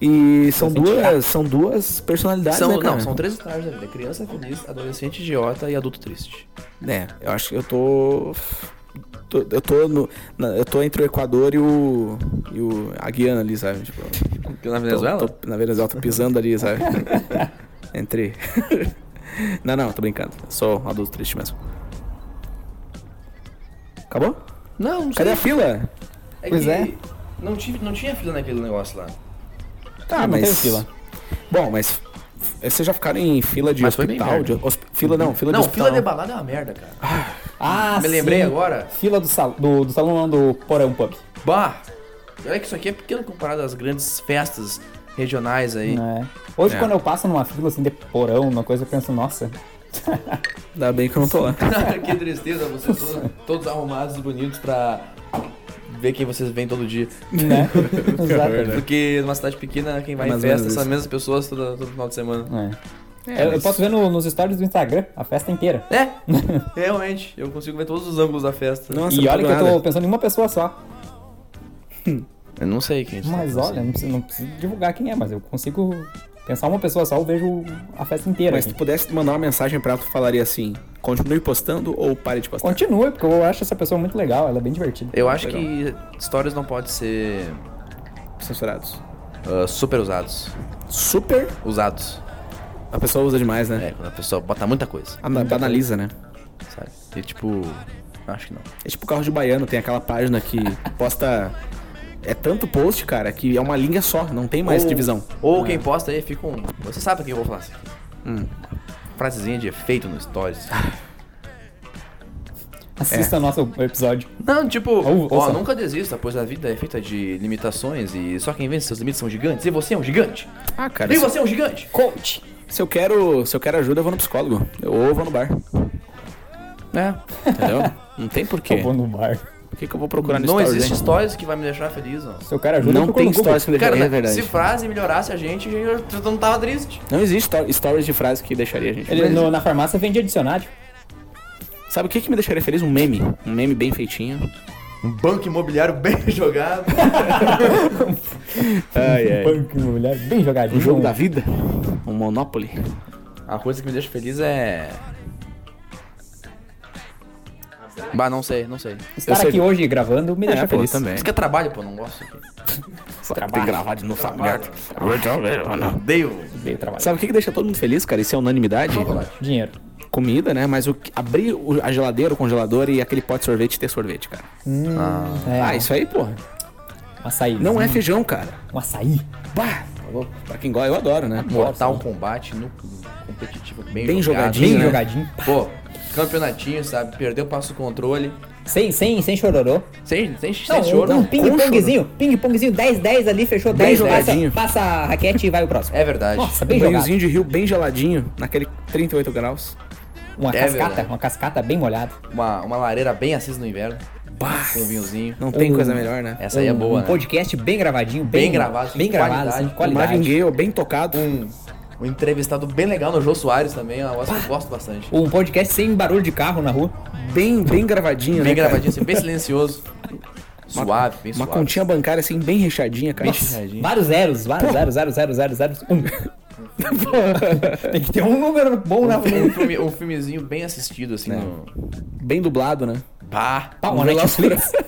E são duas, são duas personalidades,
são,
né, cara?
não, são três estágios da vida. Criança feliz, adolescente idiota e adulto triste.
É, eu acho que eu tô. tô- eu tô no. na- eu tô entre o Equador e o. e o. a Guiana ali, sabe? Tipo,
Na
Tô, tô, na Venezuela, tô pisando ali, sabe? Entre. não, não, tô brincando. Eu sou um adulto triste mesmo. Acabou?
Não, não sei.
Cadê a fila?
É
Pois
que
é.
Não, tive, não tinha fila naquele negócio lá.
Tá,
Ah,
Não, não
mas.
teve fila.
Bom, mas. f- Vocês já ficaram em fila de
Mas foi bem
hospital?
merda.
de hosp- Fila não, fila
Não,
de hospital.
fila de balada é uma merda, cara.
Ah,
Me lembrei
sim.
agora.
Fila do, sal, do, do salão, não, do Porão Pub.
Bah! Olha que isso aqui é pequeno comparado às grandes festas regionais aí.
É. Hoje,
É.
quando eu passo numa fila assim de porão, uma coisa, eu penso, nossa,
Ainda bem que eu não tô lá.
Ah, que tristeza, vocês todos, todos arrumados e bonitos pra ver quem vocês veem todo dia.
né? Exato.
Porque numa cidade pequena, quem vai
É. Mais
em
ou menos
festa são as
isso.
mesmas pessoas todo, todo final de semana.
né?
É. eu, eu posso ver no- nos stories do Instagram a festa inteira.
É, realmente, eu consigo ver todos os ângulos da festa.
Nossa,
e
não
olha
pago
que eu tô
nada.
pensando em uma pessoa só.
Eu não sei quem está assim.
Mas olha,
né?
não preciso, não preciso divulgar quem é, mas eu consigo pensar uma pessoa só, eu vejo a festa inteira.
Mas se
assim.
tu pudesse mandar uma mensagem pra ela, tu falaria assim: continue postando ou pare de postar?
Continue, porque eu acho essa pessoa muito legal, ela é bem divertida.
Eu acho
Legal.
que stories não pode ser
Censurados.
ah, super usados.
Super.
Usados.
A pessoa usa demais, né?
É, quando a pessoa bota muita coisa,
Ana- Banaliza, né?
sabe? E tipo, acho que não.
É tipo carro de baiano, tem aquela página que posta. É tanto post, cara, que é uma linha só, não tem mais
Ou-
divisão.
Ou quem posta aí fica um. Você sabe o que eu vou falar assim. Frasezinha de efeito no stories.
Assista ao nosso episódio.
Não, tipo,
Ou-
ó,
ouça.
nunca desista, pois a vida é feita de limitações e só quem vence seus limites são gigantes. E você é um gigante.
Ah, cara,
E
se,
você é um gigante.
Coach!
se eu quero, se eu quero ajuda, eu vou no psicólogo. Eu- Ou eu vou no bar.
É.
Entendeu? não tem porquê.
Eu vou é no bar.
Por que, que eu vou procurar no
Não
stories,
existe
hein?
stories que vai me deixar feliz, não.
Seu cara ajuda,
Não tem stories que me
Cara,
deixaria, é
né, se
verdade.
frase melhorasse a gente, a gente já não tava triste.
Não existe sto- stories de frase que deixaria a gente.
Ele, no- na farmácia vende dicionário.
Sabe o que, que me deixaria feliz? Um meme. Um meme bem feitinho.
Um banco imobiliário bem jogado.
Ai,
Banco imobiliário, bem jogadinho.
Um É. jogo da vida. Um Monopoly.
a coisa que me deixa feliz é. Bah, não sei, não sei.
Estar
sei.
aqui hoje gravando me deixa
É, pô,
feliz.
também.
Isso que é trabalho, pô, não gosto.
Esse cara Tem que gravar de novo essa merda.
Odeio.
Dei trabalho.
Sabe o que que deixa todo mundo feliz, cara? Isso é unanimidade?
Dinheiro.
Comida, né? Mas o que- abrir o- a geladeira, o congelador e aquele pote de sorvete ter sorvete, cara.
É,
Ah, isso aí, porra.
um açaí.
Não é feijão, cara.
Um açaí.
Bah! Pra quem gosta, eu adoro, né?
Mortal Kombat no no competitivo. Bem,
Bem
jogado.
jogadinho,
Bem
né?
jogadinho.
Pô, campeonatinho, sabe? Perdeu, passa o controle.
Sem, sem, sem chororô.
Sem, sem, sem
Não,
choro.
um
Não, com choro.
ping-pongzinho. Ping-pongzinho 10-10 ali, fechou
Bem
10. Passa,
jogadinho.
passa a raquete e vai o próximo.
É verdade.
Nossa,
Um
bem jogado.
banhozinho de rio bem geladinho, naquele 38 graus.
Uma
É
cascata,
verdade.
uma cascata bem molhada.
Uma, uma lareira bem acesa no inverno. Com um vinhozinho.
Não tem
Um-
coisa melhor, né?
Essa aí é
um,
boa,
um
né?
podcast bem gravadinho, bem,
Bem gravado,
bem
com
gravado,
qualidade.
assim,
O
qualidade.
Marvin Gaye, bem tocado.
Hum.
Um, um entrevistado bem legal no Jô Soares também. É um negócio que eu gosto bastante.
Um podcast sem barulho de carro na rua.
Bem, bem gravadinho,
Bem
né, cara?
gravadinho, assim, bem silencioso. Suave, bem
Uma
suave.
continha bancária, assim, bem rechadinha, cara.
Nossa, vários zeros, vários zeros, zeros, zeros, zeros, zeros, um. Tem que ter um número bom na rua.
Um, filme- um filmezinho bem assistido, assim. No...
Bem dublado, né?
Pá.
Pá, uma Tá, um Netflix.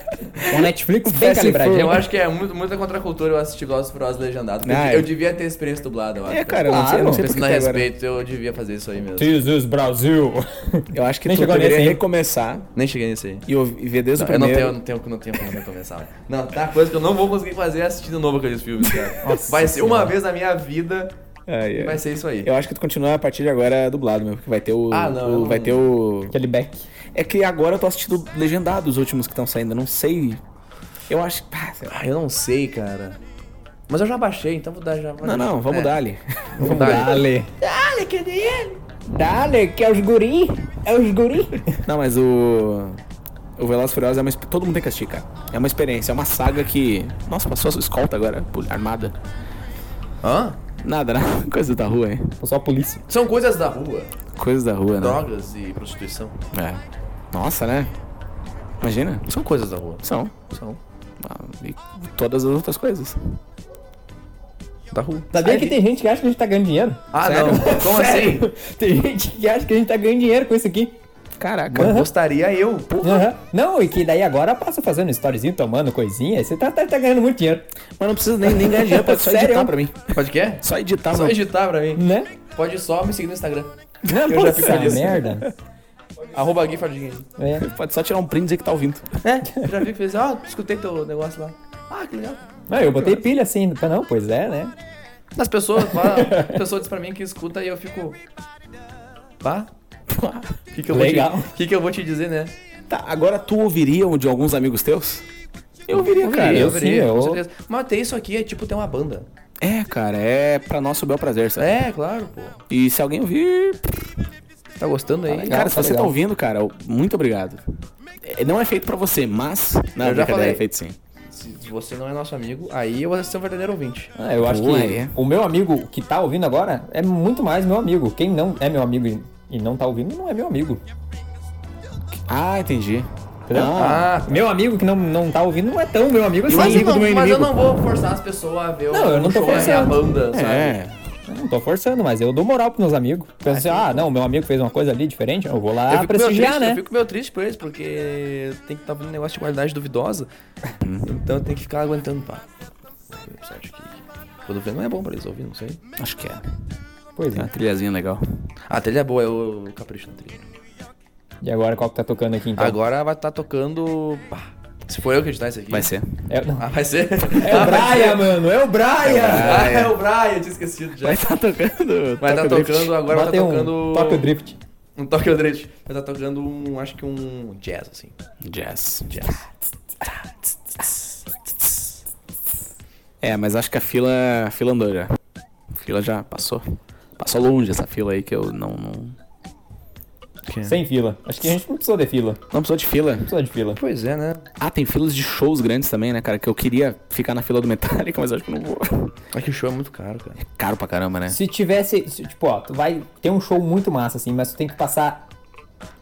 Uma Netflix bem calibradinha.
Eu acho que é muito, muita contracultura eu assistir Velozes e Furiosos legendado. porque
Ah, é.
eu devia ter experiência dublada, eu acho.
É, cara, eu não sei, eu não sei por que
Pensando a
que agora-
respeito, eu devia fazer isso aí mesmo.
Jesus Brasil.
Eu acho que
Nem
tu
chegou
deveria
nesse ainda.
recomeçar
Nem cheguei nesse aí.
e ouvir- e ver desde o
Eu não
primeiro.
tenho, eu não tenho, não tenho como recomeçar. Não, tá coisa que eu não vou conseguir fazer é assistir de novo aqueles filmes, cara. vai ser uma vez na minha vida,
Ai, ai.
vai ser isso aí.
Eu acho que tu continua a partir de agora dublado, meu, porque vai ter o.
Ah, não, eu
o-
não-
vai ter o.
Aquele back.
É que agora eu tô assistindo legendado os últimos que estão saindo, eu não sei. Eu acho. Ah, sei lá.
Ah, eu não sei, cara. Mas eu já baixei, então vou dar já. vou
Não,
dar-
não, vamos
é,
dar ali.
Vamos dar.
Dale, que dele. Dale, que é os guri. É os guri.
Não, mas o. O Veloz e Furioso é uma. exp- Todo mundo tem que assistir, cara. É uma experiência, é uma saga que. Nossa, passou a sua escolta agora, pol- armada.
Hã?
Nada, nada. Coisa da rua, hein?
Só a polícia.
São coisas da rua.
Coisa da rua, né?
Drogas e prostituição.
É. Nossa, né? Imagina.
São coisas da rua.
São.
São.
Ah, E todas as outras coisas.
Da rua.
Sabia que tem gente que acha que a gente tá ganhando dinheiro?
Ah, não. Como assim?
Tem gente que acha que a gente tá ganhando dinheiro com isso aqui.
Caraca.
Gostaria eu.
Aham. Não, e que daí agora passa fazendo storyzinho, tomando coisinha. Você tá, tá, tá ganhando muito dinheiro,
Mas não precisa nem, nem ganhar dinheiro, pode só
Sério?
editar pra mim.
Pode o quê?
Só editar,
Só
mano.
editar pra mim.
né?
Pode só me seguir no Instagram.
Não,
já fico feliz.
merda.
Arroba Gui Fardinho.
É.
Pode só tirar um print e dizer que tá ouvindo.
É, já vi que fez, ó, escutei teu negócio lá. Ah, que legal.
Não, eu botei pilha assim. Pá, Não, pois é, né?
As pessoas falam, a pessoa diz pra mim que escuta e eu fico. Pá? O que, que eu vou te-
Legal.
que, que eu vou te dizer, né?
Tá, agora tu ouviria um de alguns amigos teus? Eu ouviria, cara.
eu
virei,
sim, eu-
com certeza. Mas ter isso aqui é tipo ter uma banda.
É, cara, é pra nosso bel prazer, sabe?
É, claro, pô.
E se alguém ouvir.
Tá gostando aí?
cara, se
tá
você
legal.
tá ouvindo, cara, muito obrigado. É, não é feito pra você, mas. Não,
Eu já
brincadeira,
falei.
é feito sim.
se você não é nosso amigo, aí eu vou ser um verdadeiro ouvinte.
Ah, eu acho
Boa,
que
é.
o meu amigo que tá ouvindo agora é muito mais meu amigo. Quem não é meu amigo e- e não tá ouvindo não é meu amigo.
Ah, entendi.
Entendeu?
Ah,
Meu amigo que não, não tá ouvindo não é tão meu amigo assim.
Mas, eu
amigo
não,
do meu
mas eu
inimigo.
não vou forçar as pessoas a ver o
Não, eu não
show
tô
da minha
forçando.
banda, sabe?
é.
Não tô forçando, mas eu dou moral pros meus amigos. Pensa assim, ah, não, meu amigo fez uma coisa ali diferente, eu vou lá
eu, fico meio
prestigiar,
triste,
né?
eu fico meio triste por eles, porque tem que estar vendo um negócio de qualidade duvidosa. então tem que ficar aguentando, pá. Eu acho que quando vê não é bom pra eles ouvir, não sei.
Acho que é.
Pois
Tem
é.
uma trilhazinha legal.
A trilha é boa, eu, eu capricho na trilha.
E agora qual que tá tocando aqui então?
Agora vai estar tocando. pá, se for eu que editar isso aqui.
Vai ser.
É, não.
Ah, vai ser.
É o Brian, mano, é o Brian!
ah, é o Brian, eu tinha esquecido já.
Vai tá tocando.
Vai estar
Toca o drift.
tocando, agora vai
Bota
estar
aí um
tocando.
Tokyo Drift.
Um Tokyo Drift. Vai estar tocando um. Acho que um jazz, assim.
Jazz.
Jazz.
É, mas acho que a fila, a fila andou já. A fila já passou. Passou longe essa fila aí que eu não. Não,
Sem fila. Acho que a gente não precisou de fila. Não
não precisou de fila.
precisou de fila.
Pois é, né?
Ah, tem filas de shows grandes também, né, cara? Que eu queria ficar na fila do Metallica, mas acho que eu não vou.
É que o show é muito caro, cara.
É caro pra caramba, né?
Se tivesse, se, tipo, ó, tu vai ter um show muito massa, assim, mas tu tem que passar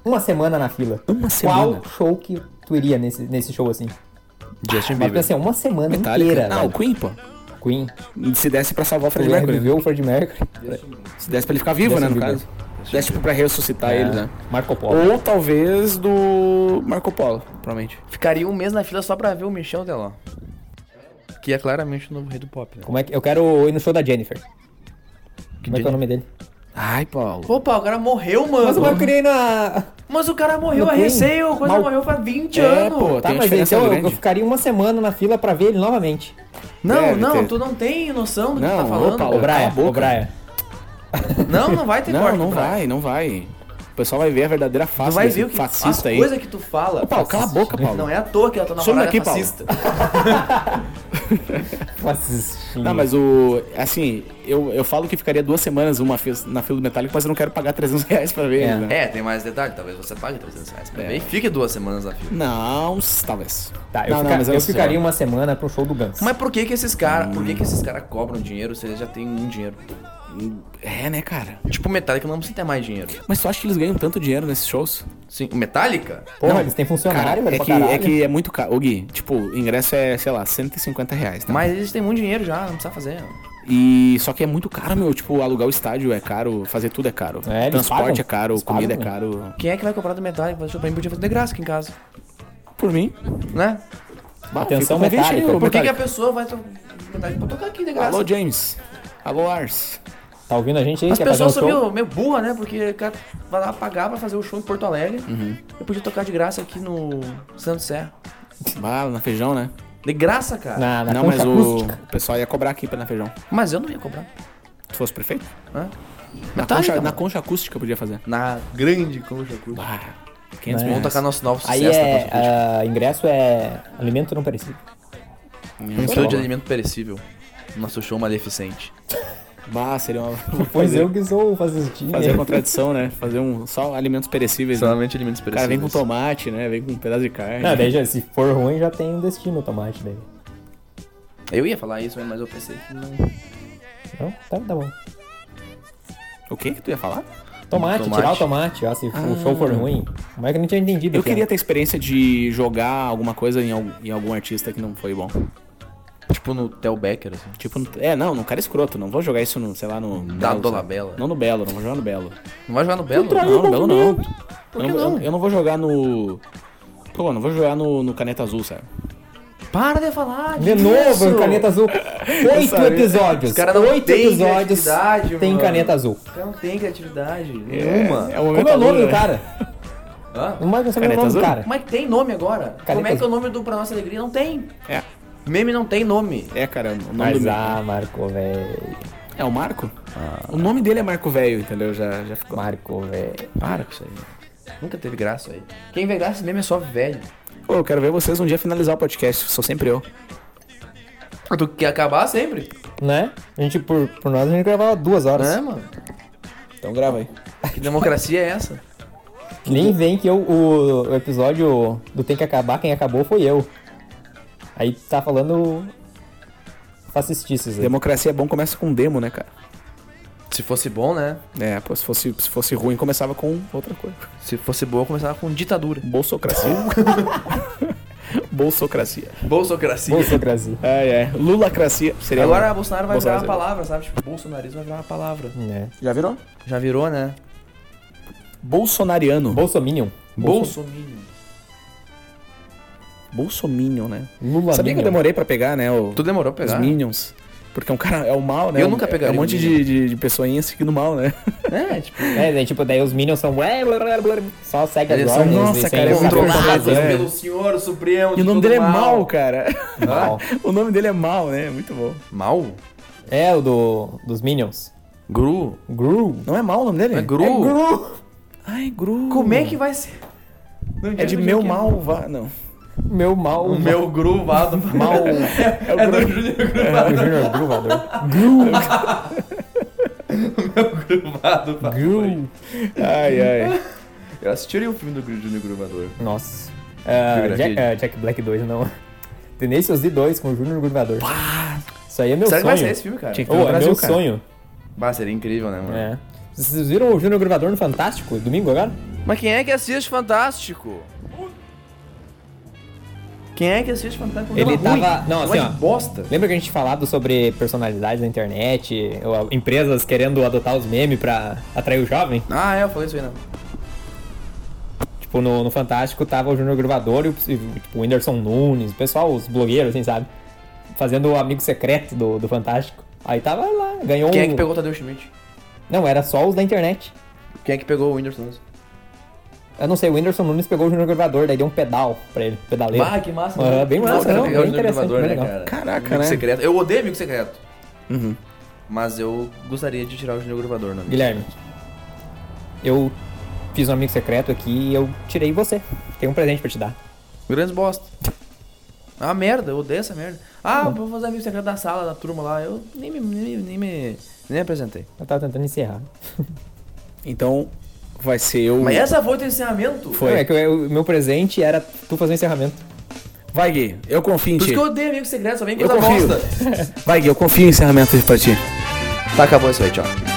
uma semana na fila.
Uma
Qual
semana.
show que tu iria nesse, nesse show, assim?
Justin
Mas
Bieber.
assim, uma semana
Metallica.
inteira.
Ah, o
velho.
Queen, pô.
Queen.
Se desse pra salvar o Fred
Ele
Mercury. né?
reviveu o Fred Mercury.
Se desse pra ele ficar vivo,
Desse
né, no
vivo.
caso. Dash tipo pra ressuscitar ele, né?
É. Marco Polo.
Ou talvez do Marco Polo, provavelmente.
Ficaria um mês na fila só pra ver o Michel Teló. Que é claramente o novo rei do pop, né?
Como é que... Eu quero ir no show da Jennifer. Como é que é o
Jennifer?
nome dele?
Ai, Paulo.
Opa, o cara morreu, mano.
Mas
Mas,
eu queria ir na...
o cara morreu
No
a
Queen.
recém, o coisa
Mal-
morreu faz 20
É,
anos.
pô,
Tá,
tem uma
mas
diferença
então eu- eu,
grande.
ficaria uma semana na fila pra ver ele novamente.
Não,
Deve
não,
ter.
tu não tem noção do que
Não,
tu tá falando.
opa,
cara.
Ô, Brian, ô, Brian.
Não, não vai ter
Não,
corte,
não
Brian.
vai, não vai. O pessoal vai ver a verdadeira face
Tu vai
desse
ver o que as
fascista aí.
coisas que tu fala.
Ô, Paulo, cala a boca, Paulo.
Não é à toa que ela tá na
Some daqui,
namorada é
Paulo.
fascista.
Não, mas o. Assim, eu, eu falo que ficaria duas semanas uma fila, na fila do Metallica, mas eu não quero pagar 300 reais pra ver
É.
ele, né?
É, tem mais detalhe, talvez você pague 300 reais pra
É.
ver e fique duas semanas na fila.
Não, talvez.
Tá, eu,
não, é assim,
fica- eu
essa
ficaria
semana.
uma semana pro show do Guns.
Mas por que que esses caras, por que que esses caras cobram dinheiro se eles já têm um dinheiro?
É, né, cara?
Tipo, Metallica não precisa ter mais dinheiro.
Mas tu acha que eles ganham tanto dinheiro nesses shows?
Sim, o Metallica?
Porra,
Não,
eles têm funcionário,
Cara,
um velho,
é
pra
que,
caralho.
é que é muito caro. Ô, Gui, tipo, o ingresso é, sei lá, 150 reais, tá?
Mas eles têm muito dinheiro já, não precisa fazer.
E só que é muito caro, meu. Tipo, alugar o estádio é caro, fazer tudo é caro.
É, eles
Transporte
pagam.
é caro,
Eles
comida
pagam,
é caro.
Quem é que vai comprar do Metallica? Fazer show pra mim, podia fazer de graça aqui em casa,
Por mim,
né?
bah,
Atenção,
fica o convite
Metallica.
aí, ô,
Por que que a
Metallica.
pessoa vai to- Metallica pra tocar aqui de
é
graça?
Alô, James. Alô, Ars.
Tá ouvindo a gente aí?
As
Quer fazer um
pessoas
show?
são meio, meio burra, né? Porque o cara vai lá pagar pra fazer o show em Porto Alegre.
Uhum.
Eu podia tocar de graça aqui no Santo Serra.
Bah, na feijão, né?
De graça, cara.
Na, Ah, na
não,
concha
mas o,
acústica.
o pessoal ia cobrar aqui pra na feijão.
Mas eu não ia cobrar.
Se fosse prefeito?
Hã?
Na,
Metallica,
concha,
mano.
na concha acústica podia fazer.
Na grande concha cruz.
Bah, 500
é?
mil.
Vamos tocar nosso novo
Aí
tá
sucesso na concha acústica.
é. ah, ingresso é. Alimento não parecido.
Um quilo de alimento perecível. Nosso show maleficente.
Bah, seria uma.
Pois eu que sou fascistinho.
Fazer contradição, né? Fazer um só alimentos perecíveis. Né?
Somente alimentos
O cara vem
perecíveis.
com tomate, né? Vem com um pedaço de carne.
Não, daí já, se for ruim, já tem um destino o tomate daí.
Eu ia falar isso, mas eu pensei que não.
Não? Tá, tá bom.
O que que tu ia falar?
Tomate,
Tomate.
tirar o tomate, ó, se o
Ah.
show for ruim. Como é que eu não tinha entendido?
Eu
a piada?
queria ter a experiência de jogar alguma coisa em algum, em algum artista que não foi bom.
Tipo no Tel Becker, assim.
Tipo, é, não, no cara escroto, não vou jogar isso no, sei lá, no.
Da
Belo, sabe?
Dolabella.
Não no Belo, não vou jogar no Belo.
Não vai jogar no Belo?
Não, no Belo não. Eu
que
não, vou-
não?
Eu, eu não vou jogar no. Pô, não vou jogar no, no Caneta Azul, sabe?
Para de falar
De
disso.
novo, em caneta azul. Oito
sabia.
episódios.
Os cara não
Oito
tem
episódios
criatividade,
tem
mano.
caneta azul.
O cara não tem criatividade nenhuma. Ah,
o
Como é o
Azul,
nome do
né?
cara?
Hã?
Não vai saber o
Caneta
nome do
azul?
cara.
Mas é tem nome agora. Como é que
azul.
é o nome do Pra Nossa Alegria? Não tem.
É.
Meme não tem nome.
É, cara, o nome
Mas
do
ah, Marco, velho.
É o Marco? O nome dele é Marco Velho, entendeu? Já, já ficou.
Marco, velho.
Para com isso aí. Nunca teve graça aí. Quem vê graça mesmo é só velho.
Pô, eu quero ver vocês um dia finalizar o podcast, sou sempre eu.
Tu quer acabar sempre?
Né? A gente, por, por nós, a gente gravava duas horas.
É,
Né, mano?
Então grava aí.
Que democracia é essa?
Nem vem que eu, o, o episódio do Tem que Acabar, quem acabou foi eu. Aí tá falando. Fascistices aí.
Democracia é bom, começa com demo, né, cara?
Se fosse bom, né?
É, pô, se fosse, se fosse ruim, começava com outra coisa.
Se fosse boa, começava com ditadura.
Bolsocracia. Bolsocracia.
Bolsocracia.
Bolsocracia.
É, é. Lulacracia. Seria
Agora Bolsonaro vai virar
Bolsonaro
uma palavra, sabe? Tipo, bolsonarismo vai virar uma palavra.
né?
Já virou?
Já virou, né?
Bolsonariano.
Bolsominion.
Bolsominion.
Bolsominion, né?
Lula
Sabia que eu demorei pra pegar, né? O,
Tu demorou pra
os
pegar?
Minions. Porque é um cara, é o mal, né?
Eu
É um-
nunca
É
pegaria
um monte
um
de, de, de pessoinha seguindo o mal, né?
É, tipo,
É, daí, tipo, daí os Minions são. ué, blá, blá, blá, Só segue as
Eles são,
ordens.
nossa,
eles
tá
cara,
têm
eles
um
controlam
cabeça
controlados
é.
pelo senhor supremo.
E o
de
nome
todo
dele é mal,
mal,
cara.
Mal.
O nome dele é mal, né? Muito bom.
Mal?
É, o do, dos Minions.
Gru?
Gru.
Não é mal o nome dele?
É Gru?
Ai, Gru.
Como é que vai ser? Não
É
adianta
de
dizer
meu
que
malvado. Não.
Meu mal.
O meu gruvado.
mal.
É o
É do
Gru.
Júnior
o
Gruvado.
Junior Gruvador.
Gruvado. pá.
Gru.
Ai, ai.
Eu assistiria o filme do Gru- Júnior Gruvador.
Nossa. Ah,
Jura,
Jack,
vídeo.
ah, Jack Black 2, não. Tenacious D2 com o Junior Gruvador. Isso aí é meu
Será que vai
sonho.
ser esse filme, cara?
Tinha que
Ô,
ter no
é
Brasil,
meu
cara.
sonho.
Bah, seria incrível, né, mano?
É. Vocês viram o Júnior Gruvador no Fantástico, domingo agora?
Mas quem é que assiste Fantástico? Quem é que assiste Fantástico com
Ele
programa
tava-
ruim?
não,
Programa
assim,
de
ó.
bosta.
Lembra que a gente falado sobre personalidades na internet, ou empresas querendo adotar os memes pra atrair o jovem?
Ah, é, eu falei isso aí, não.
Tipo, no, no Fantástico tava o Júnior Gravador e o, e, tipo, o Whindersson Nunes, o pessoal, os blogueiros, assim, sabe? Fazendo o amigo secreto do, do Fantástico. Aí tava lá, ganhou
Quem
um...
é que pegou o Tadeu Schmidt?
Não, era só os da internet.
Quem é que pegou o Whindersson? Nunes?
Eu não sei, o Whindersson Nunes pegou o Júnior Gravador, daí deu um pedal pra ele, pedaleiro.
Ah, que massa.
Ah, bem massa,
cara,
não,
pegar o
bem
Júnior
interessante,
Gravador,
bem
né, cara?
legal.
Caraca,
Amigo
né?
secreto. Eu odeio amigo secreto.
Uhum.
Mas eu gostaria de tirar o Júnior Gravador, né?
Guilherme, eu fiz um amigo secreto aqui e eu tirei você. Tem um presente pra te dar.
Grandes bosta. Ah, merda, eu odeio essa merda. Ah, vou fazer amigo secreto da sala, da turma lá. Eu nem me, nem, me- nem me, nem me apresentei.
Eu tava tentando encerrar.
Então vai ser eu.
Mas é? essa foi o teu encerramento?
Foi.
Não, é que eu- o meu presente era tu fazer o encerramento.
Vai, Gui. Eu confio em
Por
ti.
isso que eu odeio amigo secreto, só vem
Eu
coisa
confio.
bosta.
Vai, Gui, eu confio em encerramento pra ti.
Tá, acabou isso aí, tchau.